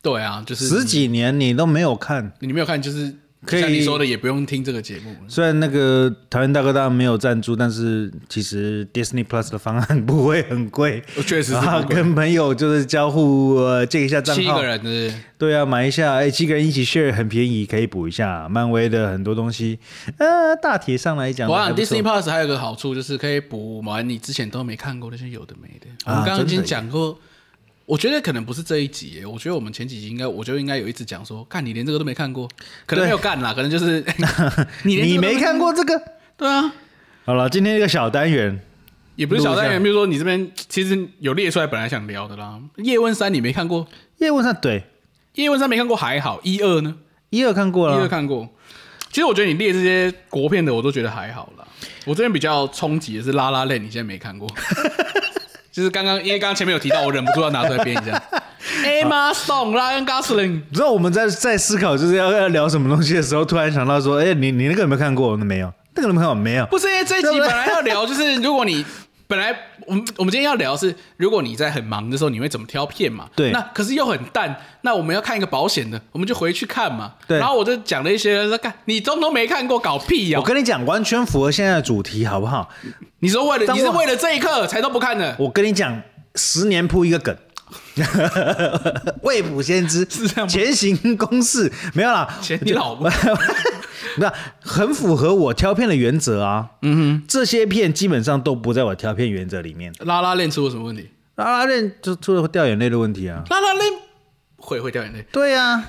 对啊，就是十几年你都没有看，你没有看，就是可以像你说的，也不用听这个节目。虽然那个台湾大哥大没有赞助，但是其实 Disney Plus 的方案不会很贵。确实是啊，跟朋友就是交互呃借一下账七号个，人是不是对啊，买一下，哎，七个人一起 share 很便宜，可以补一下漫威的很多东西。呃，大体上来讲，我还想不错 Disney Plus 还有个好处就是可以补完你之前都没看过那些有的没的。我啊们刚刚已真经的讲过，我觉得可能不是这一集耶，我觉得我们前几集应该，我就应该有一直讲说，看你连这个都没看过，可能对没有干啦，可能就是 你连这个你都没看过这个？对啊，好了，今天一个小单元，也不是小单录一元，下比如说你这边其实有列出来本来想聊的啦，《叶问三》你没看过，《叶问上对叶问三》没看过还好，一二呢？一二看过一二了，看过。其实我觉得你列这些国片的，我都觉得还好啦。我这边比较冲击的是《拉拉链》，你现在没看 过，就是刚刚因为刚刚前面有提到，我忍不住要拿出来编一 下。Emma Stone、Ryan Gosling，你知道我们在在思考就是要要聊什么东西的时候，突然想到说，哎，你你那个有没有看过？那没有，那个有没有看过？没有。不是因为这一集对不本对来要聊，就是如果你本来我们我们今天要聊的是，如果你在很忙的时候，你会怎么挑片嘛？对那可是又很淡，那我们要看一个保险的，我们就回去看嘛。对然后我就讲了一些说，干你通通没看过，搞屁呀、我跟你讲，完全符合现在的主题，好不好？你说为了当你我 是为了这一刻才都不看的我跟你讲，十年铺一个梗， 未卜先知， 是这样吗前行公式没有啦，前你老 婆那很符合我挑片的原则啊。嗯哼，这些片基本上都不在我挑片原则里面。拉拉链出了什么问题？拉拉链就出了掉眼泪的问题啊。拉拉链会会掉眼泪，对啊，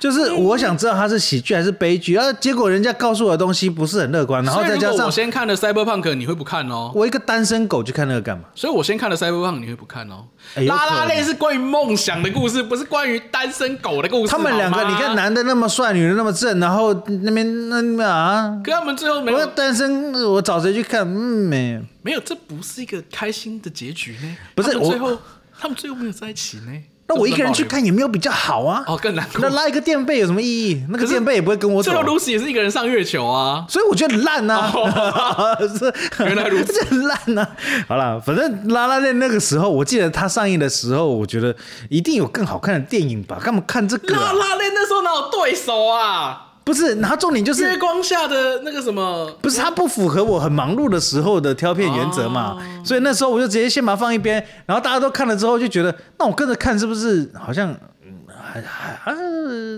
就是我想知道它是喜剧还是悲剧，啊，结果人家告诉我的东西不是很乐观，然后所以再如加果上我先看了 Cyberpunk，你会不看哦？我一个单身狗去看那个干嘛？所以我先看了 Cyberpunk，你会不看哦？哎有可拉能拉链是关于梦想的故事，不是关于单身狗的故事。他们两好个，吗你看，男的那么帅，女的那么正，然后那边那那啊，可他们最后没我有单身，我找谁去看？嗯，没有。没有，这不是一个开心的结局呢。不是他们最我后他们最后没有在一起呢。那我一个人去看。看也没有比较好啊。哦更难过那拉一个垫背有什么意义？那个垫背也不会跟我走最后。Lucy 也是一个人上月球啊，所以我觉得烂呐、 啊，是哦原来如此，这烂呐、好啦，反正拉拉链那个时候，我记得它上映的时候，我觉得一定有更好看的电影吧，干嘛看这个、拉啊？拉链那时候哪有对手啊？不是，然后重点就是啊月光下的那个什么，不是它不符合我很忙碌的时候的挑片原则嘛，所以那时候我就直接先把它放一边，然后大家都看了之后就觉得，那我跟着看是不是好像，嗯还还啊，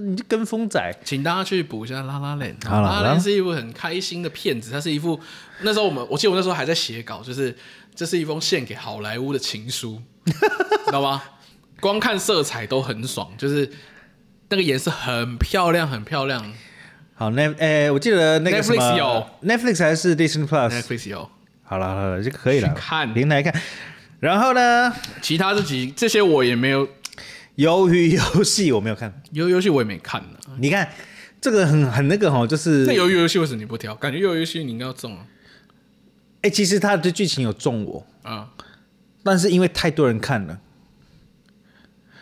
你就跟风仔，请大家去补一下拉拉链。好啦拉拉链是一部很开心的片子，它是一部那时候我们，我记得我那时候还在写稿，就是这是一封献给好莱坞的情 书，知道吗？光看色彩都很爽，就是那个颜色很漂亮，很漂亮。好，那诶，我记得那个什么 Netflix 有 Netflix 还是 Disney Plus？ Netflix 有。好了好了，这个可以了，去看平台看。然后呢，其他这集这些我也没有，鱿鱼游戏我没有看，游游戏我也没看呢。你看这个很很那个哈，就是那鱿鱼游戏为什么你不挑？感觉鱿鱼游戏你应该要中啊。哎，其实它的剧情有中我，啊，但是因为太多人看了，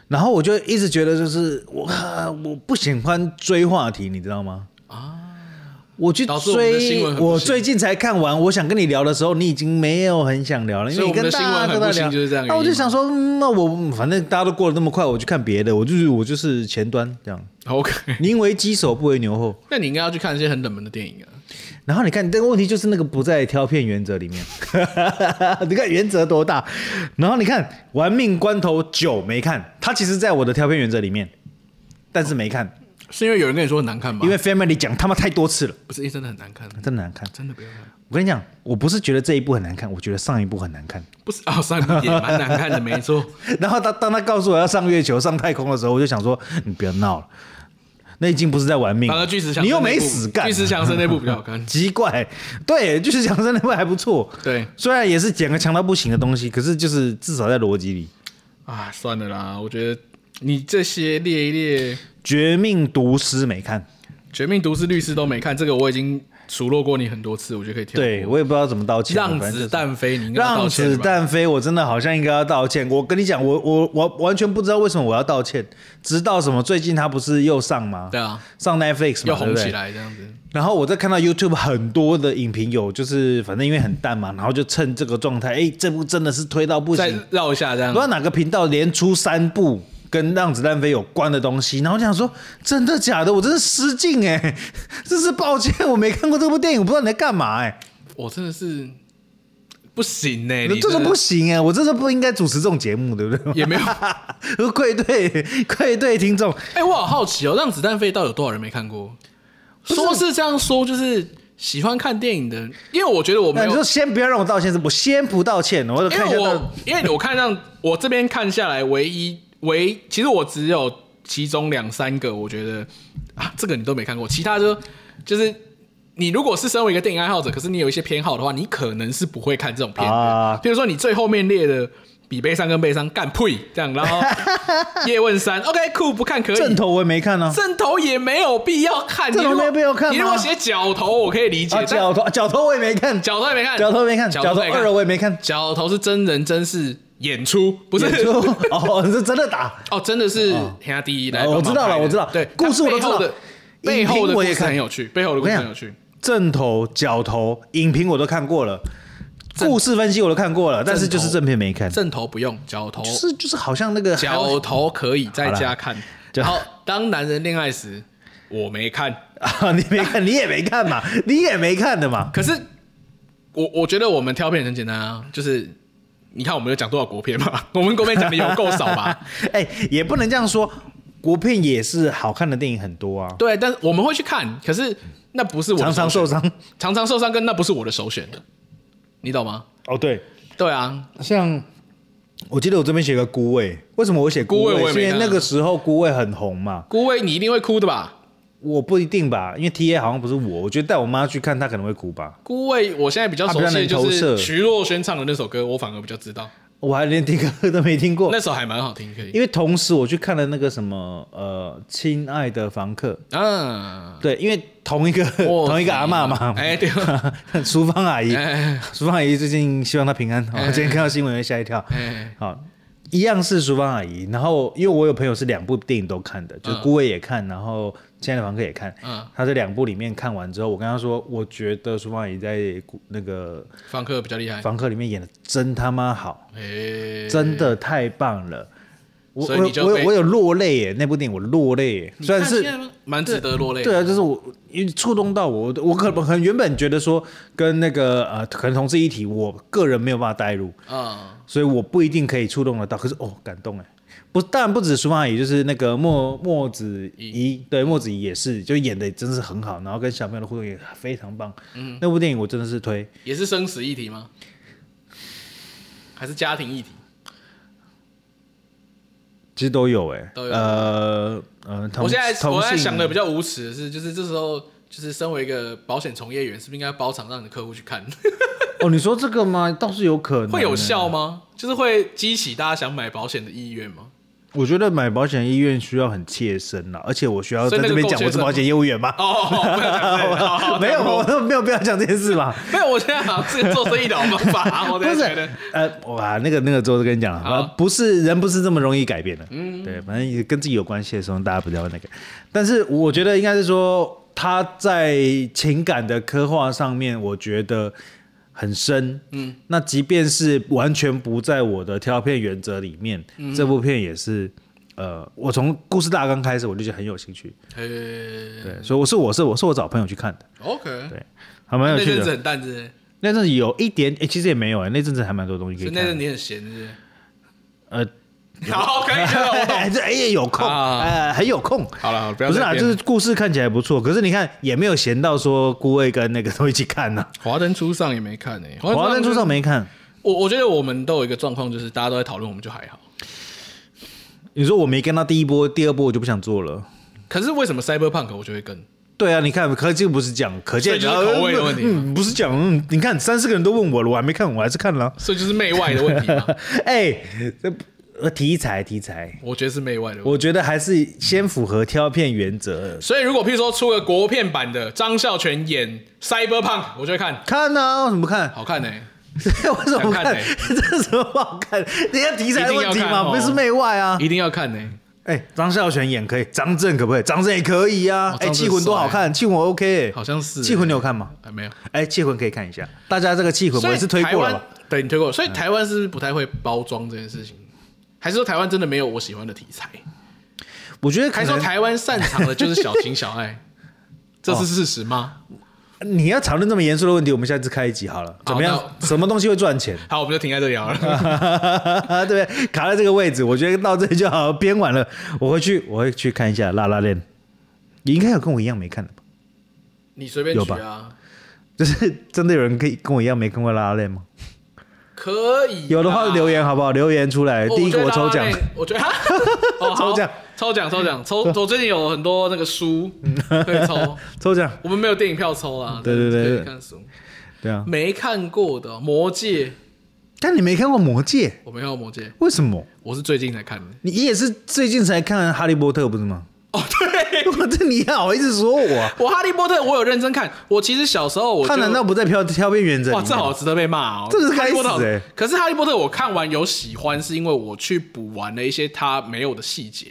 然后我就一直觉得就是我啊我不喜欢追话题，你知道吗？啊，我去导致我们的追新闻很不我行最近才看完，我想跟你聊的时候，你已经没有很想聊了，因所为以你我们的跟大新闻家很都在不行聊，就是这样的那我原就因想说，嗯那我反正大家都过得那么快，我去看别的，我就是我就是前端这样， OK，宁为鸡首不为牛后。那你应该要去看一些很冷门的电影啊。然后你看，这个问题就是那个不在挑片原则里面， 你看原则多大。然后你看《玩命关头九》没看，它其实在我的挑片原则里面，但是没看，是因为有人跟你说很难看吗？因为 Family 讲他妈太多次了，不是，因为真的很难看，真的难看。真的不要看。我跟你讲，我不是觉得这一部很难看，我觉得上一部很难看。不是啊，上一部也蛮难看的，没错。然后他当他告诉我要上月球、上太空的时候，我就想说，你不要闹了，那已经不是在玩命反了而巨石强，你又没死干，巨石强森那部比较好 看。奇怪，对，巨石强森那部还不错。对虽然也是讲个强到不行的东西，可是就是至少在逻辑里，啊，算了啦，我觉得你这些列一列，《 《绝命毒师》没看，绝命毒师律师》都没看，这个我已经数落过你很多次，我觉得可以跳。，对我也不知道怎么道歉。啊让反正就是子弹飞，你应该要让道歉子的吧？弹飞，我真的好像应该要道歉。我跟你讲，我我我完全不知道为什么我要道歉，直到什么最近他不是又上吗？对啊，上 Netflix 嘛，要对红不对起来这样子。然后我在看到 YouTube 很多的影评有，就是反正因为很淡嘛，然后就趁这个状态，哎，这部真的是推到不再行，绕一下这不样知，道哪个频道连出三部跟《让子弹飞》有关的东西，然后我想说真的假的，我真是失敬哎、 真是抱歉，我没看过这部电影，我不知道你在干嘛哎、我真的是不行呢、你这个真的不行哎、我真的不应该主持这种节目，对不对？也没有。 愧对愧对听众，哎、我好好奇哦，《让子弹飞》到底有多少人没看过？是说是这样说，就是喜欢看电影的，因为我觉得我没那你有说，先不要让我道歉，是不我先不道歉，我因看一为下到我因为我看让我这边看下来，唯一唯其实我只有其中两三个，我觉得啊，这个你都没看过，其他就就是。你如果是身为一个电影爱好者，可是你有一些偏好的话，你可能是不会看这种片的。啊比如说你最后面列的《比悲伤》跟《悲伤》干呸这样， 然后《叶问三》OK 酷不看可以，正头我也没看 呢、正头也没有必要看，正头你如果没有必要看吗你如果写角头，我可以理解啊，，但脚头脚头我也没看，角头也没看，角头没看，角角头没看二我也没看，角头是真人真事演出，不是演出 哦，是真的打。 哦，真的是天下第一来帮哦忙我知道了拍的我知道对，故事我都知道它背后的背后的影评故我也事看很有趣，背后的故事很有趣。正头、角头、影评我都看过了，故事分析我都看过了，但是就是正片没看，就正头不用，角头是就是好像那个角头可以在家看。角然后当男人恋爱时，我没看，啊，你没看，你也没看嘛， 你也没看的嘛， 可是我我觉得我们挑片很简单啊，就是你看我们有讲多少国片嘛？ 我们国片讲的有够少 吧？哎、也不能这样说，国片也是好看的电影很多啊。对，但是我们会去看，可是那不是我的常常首选受伤常常受伤，跟那不是我的首选的，你懂吗？哦，对，对啊，像我记得我这边写个孤味，为什么我写孤孤味味？我也是没因为看啊那个时候孤味很红嘛。孤味你一定会哭的吧？我不一定吧，因为 T A 好像不是我，我觉得带我妈去看，她可能会哭吧。孤味我现在比较熟悉的他比较就能投是射徐若瑄唱的那首歌，我反而比较知道，我还连听歌都没听过，那首还蛮好听，可以。因为同时我去看了那个什么呃，《亲爱的房客》，嗯，对，因为同一个我 同一个阿嬷嘛，哎，对， 厨房阿姨，哎厨房阿姨最近希望她平安。我今天看到新闻会吓一跳。哎，好，一样是厨房阿姨。然后因为我有朋友是两部电影都看的，就是《孤味》也看，然后《亲爱的房客》也看。嗯他这两部里面看完之后，我跟他说，我觉得厨房阿姨在古那个方克比较厉害，房客里面演的真他妈好，哎，真的太棒了。我所以你我就我被我有落泪耶，那部电影我落泪耶，虽然是你看现在蛮值得落泪的，对啊，就是我因为触动到我，我可能原本觉得说跟那个呃，可能同志一体，我个人没有办法带入，嗯，所以我不一定可以触动得到。可是哦，感动哎，不，当然不止舒曼阿姨，就是那个莫莫子仪，对莫子仪也是，就演的真是很好，然后跟小朋友的互动也非常棒。嗯，那部电影我真的是推，也是生死议题吗？还是家庭议题？其实都有哎，都有呃呃，同我现在同我在性想的比较无耻的是，就是这时候，就是身为一个保险从业员，是不是应该包场让你的客户去看？ 哦，你说这个吗？倒是有可能会有欸效吗？就是会激起大家想买保险的意愿 吗？我觉得买保险医院需要很切身啦，而且我需要在这边讲我是保险业务员吗？哦，不要讲这 个哦没有，我都没有必要讲这件事嘛。没有，我现在好像是做生意的好方法，啊我不真的觉是得，呃，哇，那个那个之后就跟你讲好了，不是人不是这么容易改变的。嗯，对，反正也跟自己有关系的时候，大家不要那个。但是我觉得应该是说他在情感的刻画上面，我觉得很深。嗯，那即便是完全不在我的挑片原则里面，嗯这部片也是。呃，我从故事大纲开始，我就觉得很有兴趣。呃对，所以我是我是我是我找朋友去看的， ，OK，对，还蛮有那趣阵子的。很淡是不是，那阵子有一点，哎、其实也没有哎、那阵子还蛮多东西可所以以那看阵的。你很闲是 呃，不是？好，可以，可以， 我懂。哎，这哎也有空，啊呃，很有空。好了，好了不要不是再啦，编就了是故事看起来不错，可是你看也没有闲到说顾魏跟那个都一起看呢、华灯初上也没看呢、欸，我华灯初上没看，我我觉得我们都有一个状况，就是大家都在讨论，我们就还好。你说我没跟到第一波、第二波，我就不想做了。可是为什么 Cyberpunk 我就会跟？对啊，你看，可这个不是讲，可所见以就是口味的问题嘛嗯，不是讲，嗯，你看三四个人都问我了，我还没看，我还是看了。 所以就是媚外的问题嘛，哎、这呃题材题材，我觉得是媚外的问题。我觉得还是先符合挑片原则。所以如果譬如说出个国片版的张孝全演 Cyberpunk，我就会看，看啊，为什么不看？好看呢、欸为什么不想看？看欸 这有什么不好看？人家题材的问一定题要看哦嘛，不是媚外啊。一定要看呢、欸哎、张孝全演可以，张震可不可以？张震也可以啊哦。张哎、震气魂多好看，气魂 OK，、好像是气魂你有看吗？哎没有，哎、气魂可以看一下。大家这个气魂我也是推所以台过了湾吧？嗯对你推过了，所以台湾是不是不太会包装这件事情？还是说台湾真的没有我喜欢的题材？我觉得可还是说能台湾擅长的就是小情小爱？ 这哦是事实吗？你要讨论这么严肃的问题，我们下次开一集好了，怎么样好？什么东西会赚钱？ 好，我们就停在这里好了。对不对？卡在这个位置，我觉得到这里就好，编完了，我回去我会去看一下《拉拉链》，你应该有跟我一样没看的吧？你随便有举吧啊，就是真的有人可以跟我一样没看过《拉拉链》吗？可以啊。有的话留言好不好？留言出来，哦。第一觉个啊我得抽拉拉奖。链我 觉得 哦好抽奖抽奖，抽奖，抽！我最近有很多那个书可以抽，抽奖，我们没有电影票抽啦。嗯 对对对可以对看书。对啊。没看过的《魔戒》，但你没看过《魔戒》，我没看过《魔戒》，为什么？我是最近才看的。你也是最近才看《哈利波特》不是 吗？哦，对，我这你好意思说我啊？我哈利波特我有认真看，我其实小时候我就他难道不在挑挑边原则里哇，面？这好值得被骂哦，这是哈利波特该死欸可是哈利波特我看完有喜欢，是因为我去补完了一些他没有的细节。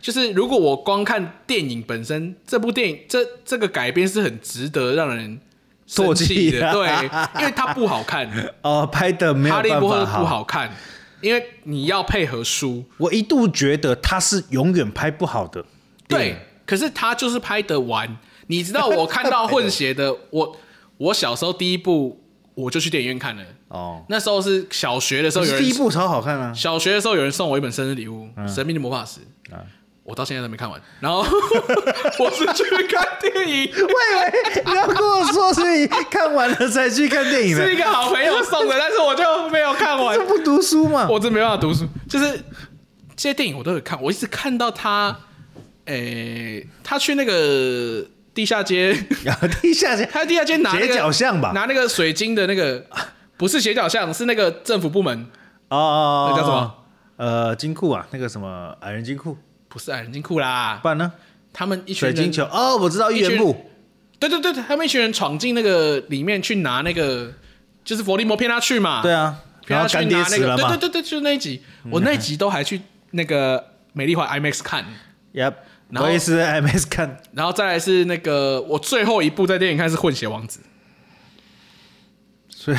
就是如果我光看电影本身，这部电影这这个改编是很值得让人生唾气弃的，啊对，因为它不好 看，哦，拍的没有哈办利法波特不。好看，因为你要配合书，我一度觉得他是永远拍不好的。对，，可是他就是 拍得完。你知道我看到混血的，我我小时候第一部我就去电影院看了。哦，那时候是小学的时候，有可是人第一部超好看啊，小学的时候有人送我一本生日礼物，嗯神秘的魔法石》啊我到现在都没看完。然后 我是去看电影，我以为你要跟我说是你看完了才去看电影的是，一个好朋友送的，但是我就没有看完这。不读书吗？ 我真没办法读书，就是这些电影我都有看，我一直看到他，诶、他去那个地下街， 然后地下街他在地下街拿那个斜角巷吧拿那个水晶的那个，不是斜角巷，是那个政府部门，哦，那叫什么？呃，金库啊，那个什么矮人金库，不是矮啊人金库啦，不然呢？他们一群水晶人，球哦，我知道一预群言部对对对，他们一群人闯进那个里面去拿那个，就是伏地魔骗他去嘛，对啊，骗然他后去拿干爹那死个，了对对嘛嗯对对，就是那一集，我那一集都还去那个美丽华 IMAX 看。 ，Yep，然后我也是在 MS 看， 然后再来是那个我最后一部在电影看是《混血王子》，所以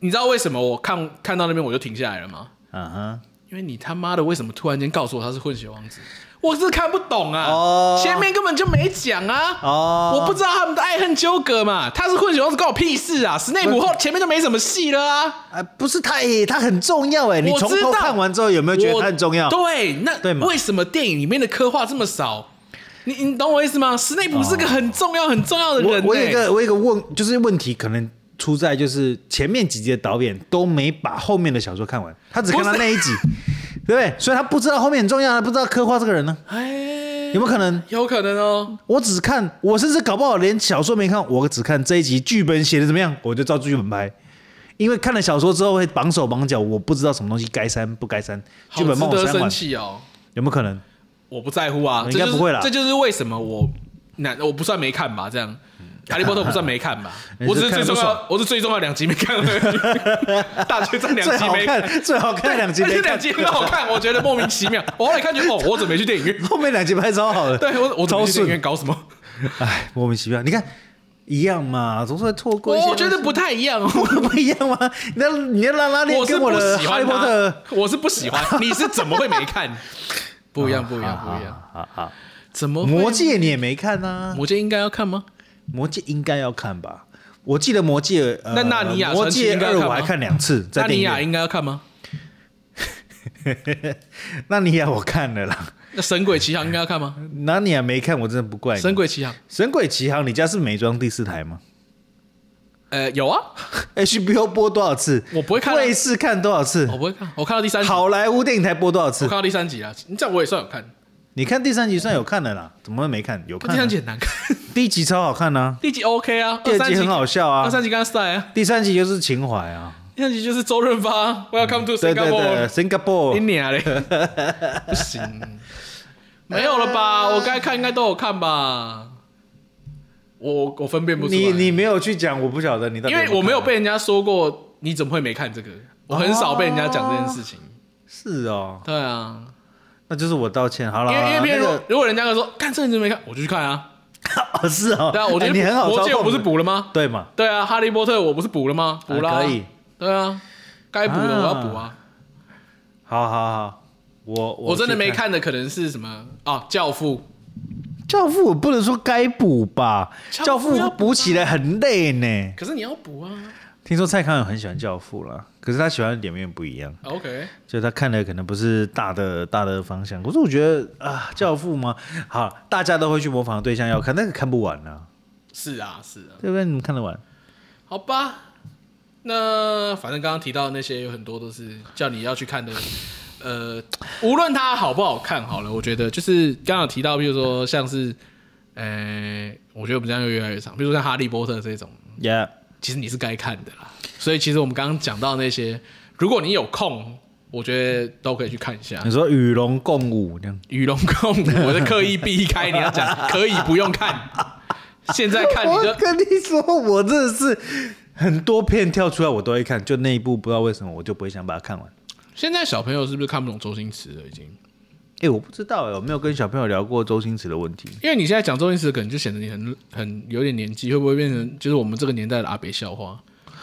你知道为什么我看看到那边我就停下来了吗？啊因为你他妈的为什么突然间告诉我他是混血王子？我是看不懂啊，哦前面根本就没讲啊，哦我不知道他们的爱恨纠葛嘛。他是混血王子关我屁事啊！史内普后前面就没什么戏了啊。哈，啊，不是他，诶他很重要哎，你我从知头道看完之后有没有觉得我他很重要？对，那对嘛为什么电影里面的刻画这么少？你你懂我意思吗？史内普是个很重要很重要的人、哦我欸我有一个我有一个问，就是问题可能出在就是前面几集的导演都没把后面的小说看完，他只看到不是那一集，对不对？所以他不知道后面很重要，他不知道刻画这个人呢，哎有没有可能？有可能哦。我只看，我甚至搞不好连小说没看，我只看这一集剧本写的怎么样，我就照剧本拍。因为看了小说之后会绑手绑脚，我不知道什么东西该删不该删，好剧本帮我值得删生，完气哦！有没有可能？我不在乎啊，应该不会啦这就是这就是为什么我那我不算没看吧，这 样。哈利波特不算没看吧，你我只是是看最重得不要，我是最重要两集没看而已。 大决战两最集好没，看，最好看两集但没是看 两，集很好看，我觉得莫名其妙。我后来看觉得哦，我准备去电影院。后面两集拍超好的。对我，我准备超去电顺影院搞什么？哎，莫名其妙，你看一样嘛，总是会错过一些我东西。觉得不太一样哦。 不不一样吗？你的你的拉拉链我是跟我不的喜哈利欢波他特， 我是不喜欢。你是怎么会没看？不一样，不一样，不一样。啊啊！怎么会魔？戒你也没看啊呐、魔戒应该要看吗？魔戒应该要看吧？我记得魔戒，呃、那纳尼亚魔传奇戒应该要二看吗我还看两次，在纳电尼影亚院。应该要看吗？ 纳尼亚我看了啦，那《神鬼奇航》应该要看吗？纳尼亚没看我真的不怪《你。神鬼奇航》神鬼奇航，你家是美妆第四台吗 呃有啊， ？HBO 播多少次？我不会看啊卫视看多少次我？不会看，我看到第三集，好莱坞电影台播多少我次看？到第三集了。你这样我也算有看，你看第三集算有看的啦，怎么会没看？有看看、第啊三。集很难 看，第一集超好看呢、第一集 OK 啊，第二集很好笑啊二三集刚刚赛啊，第三集就是情怀啊。第三集就是周润发，Welcome to 对对对 Singapore，你，Singapore，娘嘞，哦不行，没有了吧？呃我该看应该都有看吧？我我分辨不出来，你你没有去讲，我不晓得你到底因有为没有我没有看被人家说过你怎么会没看这个，我很少被人家讲这件事情。是哦，对啊，那就是我道歉好了。因为因为别人那如个果如果人家说看这个你怎么没看，我就去看啊。哦是哦，对啊，我觉哎得你很好魔操戒我控，不是补了吗？对嘛？对啊，哈利波特我不是补了吗？补了、啊可以。对啊，该补的我要补啊。好好好，我我我真的没去看看的可能是什么啊？教父《教父》，我不能说该补吧，《教教父父要补吧》啊补起来很累呢。可是你要补啊。听说蔡康永很喜欢《教父》啦，可是他喜欢的点有点不一样， OK，就他看的可能不是大的大的方向。可是我觉得啊，《教父》嘛，好，大家都会去模仿的对象要看，但是看不完啊，是啊是啊，对不对？你们看得完？好吧。那反正刚刚提到的那些有很多都是叫你要去看的，呃，无论它好不好看，好了，我觉得就是刚刚有提到，比如说像是，呃，我觉得我们这样又越来越长，比如说像《哈利波特》这种， Yeah，其实你是该看的啦。所以其实我们刚刚讲到那些，如果你有空，我觉得都可以去看一 下你《说与龙共舞这样。与龙共舞》，我是刻意避开你要讲，可以不用看。现在看你我就跟你说，我真的是很多片跳出来我都会看，就那一部不知道为什么我就不会想把它看完。现在小朋友是不是看不懂周星驰了？已经，哎、我不知道哎、我没有跟小朋友聊过周星驰的问题。因为你现在讲周星驰，可能就显得你很很有点年纪，会不会变成就是我们这个年代的阿北笑话？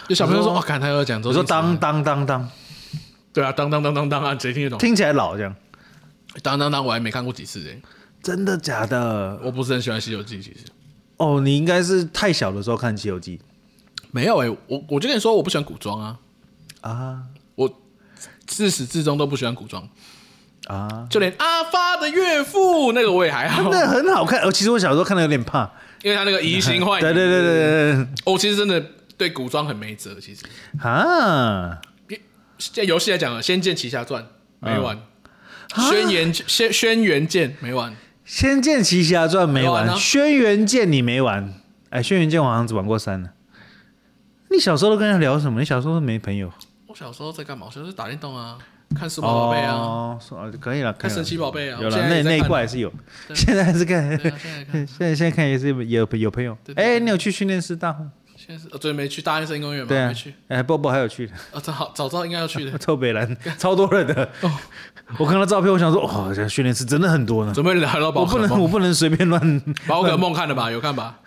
就小朋友说：“你哇，说看他又要讲周我星说驰。”当当当当，对啊，当当当当当啊，谁听得懂？听起来老这样，当当当，我还没看过几次哎、真的假的？我不是很喜欢《西游记》，其实哦，你应该是太小的时候看《西游记》，没有哎、我我就跟你说，我不喜欢古装啊，啊我自始至终都不喜欢古装，啊，就连阿发的岳父那个我也还好，那很好看。呃，其实我小时候看的有点怕。因为他那个移形换对影，对对对对对我其实真的对古装很没辙。其实，对啊！这游戏来讲了，《仙剑奇侠传》没玩，轩辕轩轩辕剑》没玩， 《仙剑奇侠传》没没玩玩，啊《轩辕剑》你没玩？哎，《轩辕剑》我好像只玩过三了。你小时候都跟人聊什么？你小时候都没朋友？我小时候在干嘛？我小时候打电动啊，看数码宝贝啊，哦，是啊可以了，可看以了神。奇宝贝啊，有我现在了，那也在那一看挂也是有。现在还是看，对啊现在也看 现在现在看也是有有朋友对。对哎，你有去训练师大会？现在是呃，昨天没去大安森林公园吗？对啊没去。，哎，Bobo 还有去的。，啊，早好早知道应该要去的超 北蓝，超多人的。哦我看到照片，我想说，哦，这训练室真的很多呢。准备聊到宝我不可能，梦。我不能随便乱。宝可梦看了吧？有看吧？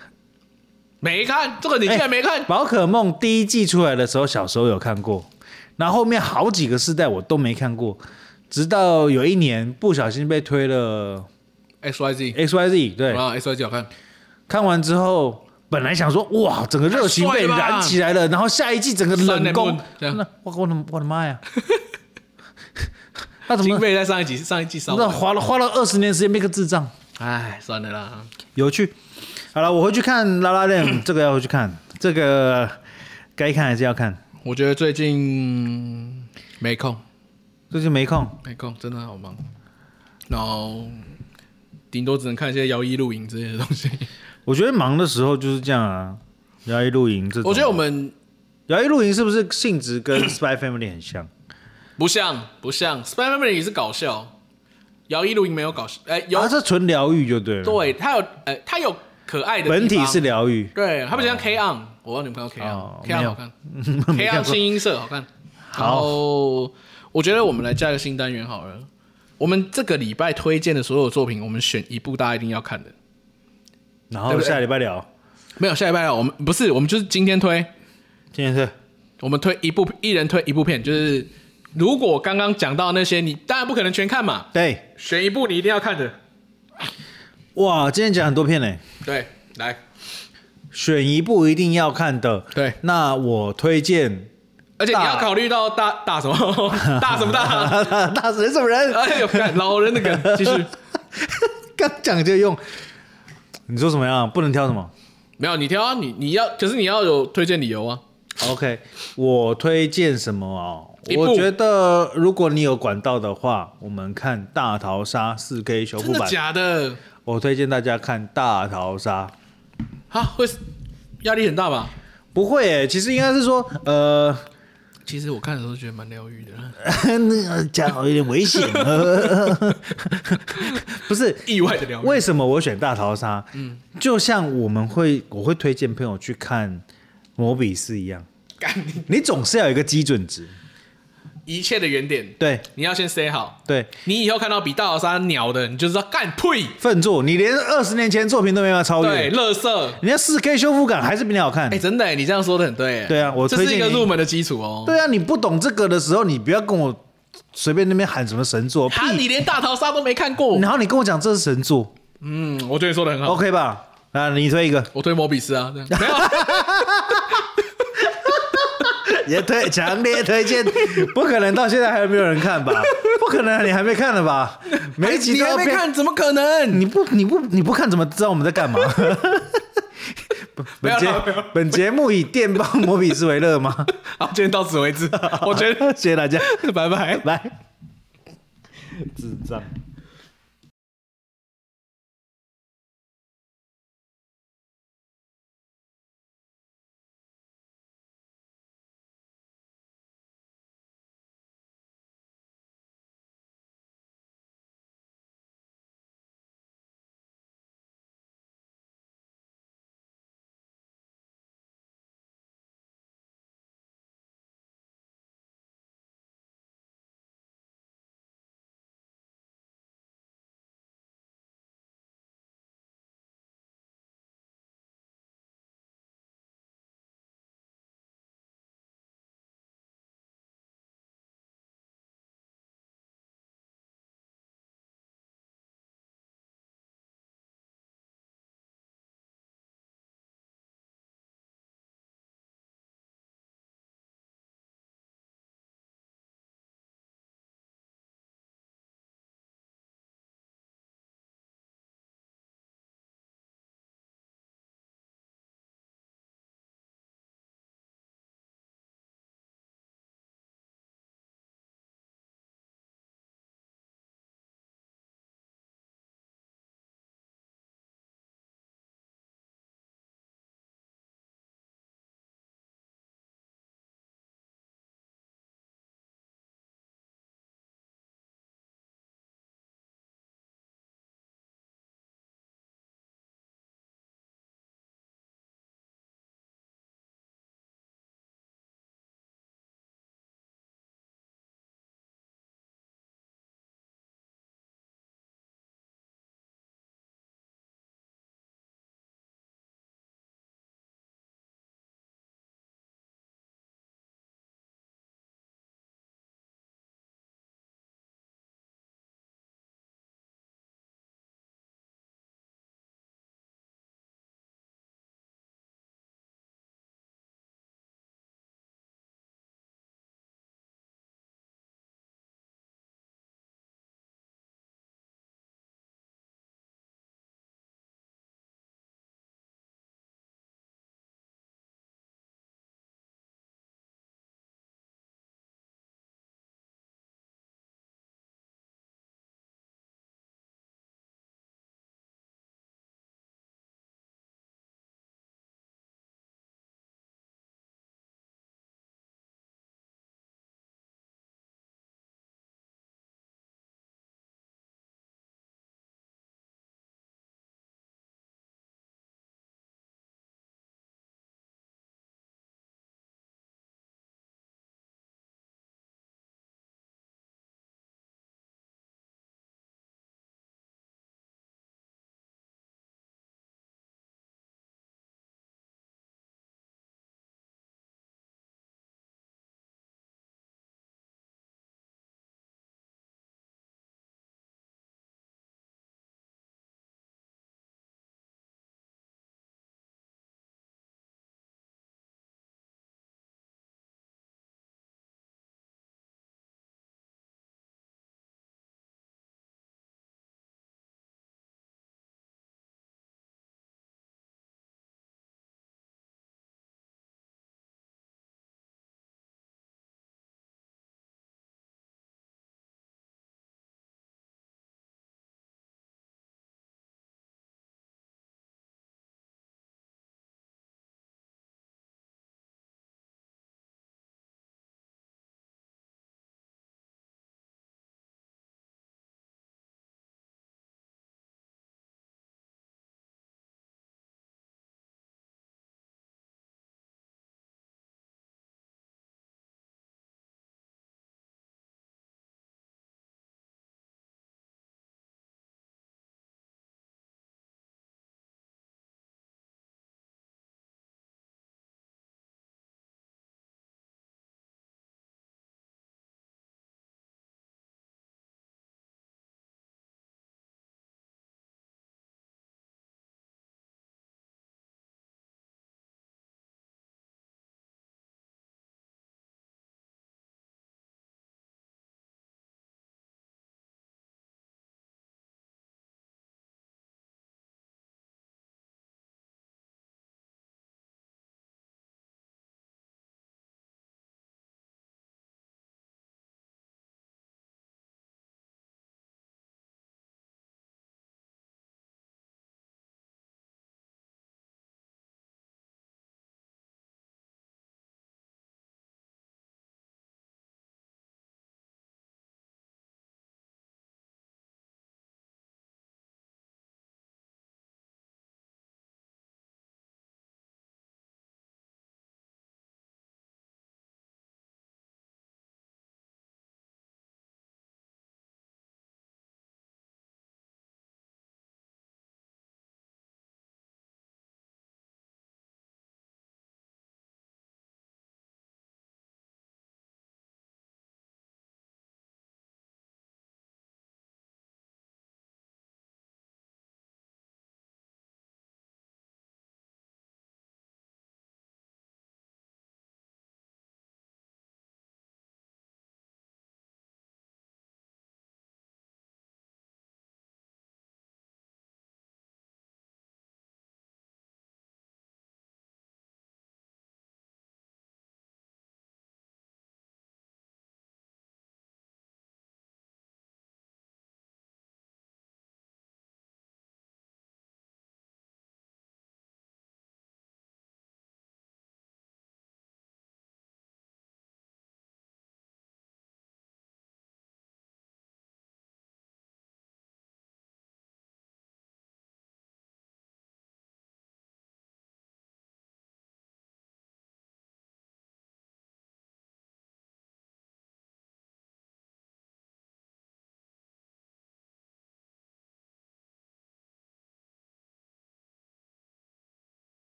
没看，这个你竟然没看？宝可梦第一季出来的时候，小时候有看过，然后后面好几个世代我都没看过，直到有一年不小心被推了 X Y Z， X Y Z，对，啊，X Y Z 好看。看完之后。本来想说哇，整个热情太帅被了吧燃起来了，然后下一季整个三冷年宫梦，这样那我我的我的妈呀！他怎经么费在上一集上一季烧那完，花了花了二十年时间变个智障？哎，算了啦。有趣。好了，我回去看《拉拉链》，这个要回去看，这个该看还是要看。我觉得最近没空，最近没空，没空，真的好忙。然后顶多只能看一些摇曳露营之类的东西。我觉得忙的时候就是这样啊。摇曳露营这种，我觉得我们摇曳露营是不是性质跟 Spy Family 很像？不像不像 Spy Family 是搞笑，摇曳露营没有搞笑，哎，有啊，这纯疗愈就对了。，对，它有呃，它有可爱的地方本体是疗愈。对，它比较像 K on，我忘你们看过 K 哦 on，K on 好看 没，K 看 on 过新音色好看。好然后我觉得我们来加一个新单元好了。我们这个礼拜推荐的所有作品，我们选一部大家一定要看的。然后对不对下礼拜聊。没有，下礼拜啊我们不是，我们就是今天推，今天是我们推一部，一人推一部片，就是如果刚刚讲到那些，你当然不可能全看嘛，对，选一部你一定要看的。哇，今天讲很多片嘞，对，来，选一部一定要看的。对，那我推荐而且你大要考虑到大大什么 大什么大， 大神什么人？哎呦，干老人的 梗，继续。刚讲就用。你说什么样？不能挑什么？没有，你挑啊，你你要，可是你要有推荐理由啊。 OK，我推荐什么哦一？部我觉得如果你有管道的话，我们看《大逃杀》4 K 修真复的版。假的？我推荐大家看《大逃杀》。啊，会压力很大吧？不会耶，其实应该是说，呃， 其实我看的时候觉得蛮疗愈的，那个讲好有点危险。 呃不是，意外的疗愈。为什么我选大逃杀？嗯，就像我们会我会推荐朋友去看摩比斯一样，干你你总是要有一个基准值。一切的原点，对你要先 say 好。对，你以后看到比大逃杀鸟的，你就知道干呸，愤作，你连二十年前作品都没办法超越。哦对，乐色。人家四 K 修复感还是比你好看。哎，真的耶，你这样说的很对耶。对啊我这推是荐一个你入门的基础哦。对啊，你不懂这个的时候，你不要跟我随便那边喊什么神作，哈，屁！你连大逃杀都没看过？然后你跟我讲这是神作、嗯，我觉得你说的很好。 o k 吧？啊，你 推一个，我推摩比斯 啊，这样没有啊也推，强烈推荐。不可能到现在还有没有人看 吧？不可能，啊你还没看了吧？每一集哎你都还要没变，看，怎么可能？你不你不你不看怎么知道我们在干嘛？本 没有本节没有本节目以电报摩比斯为乐 吗？好，今天到 此为止。我觉得， 谢谢大家，拜拜。来，智障。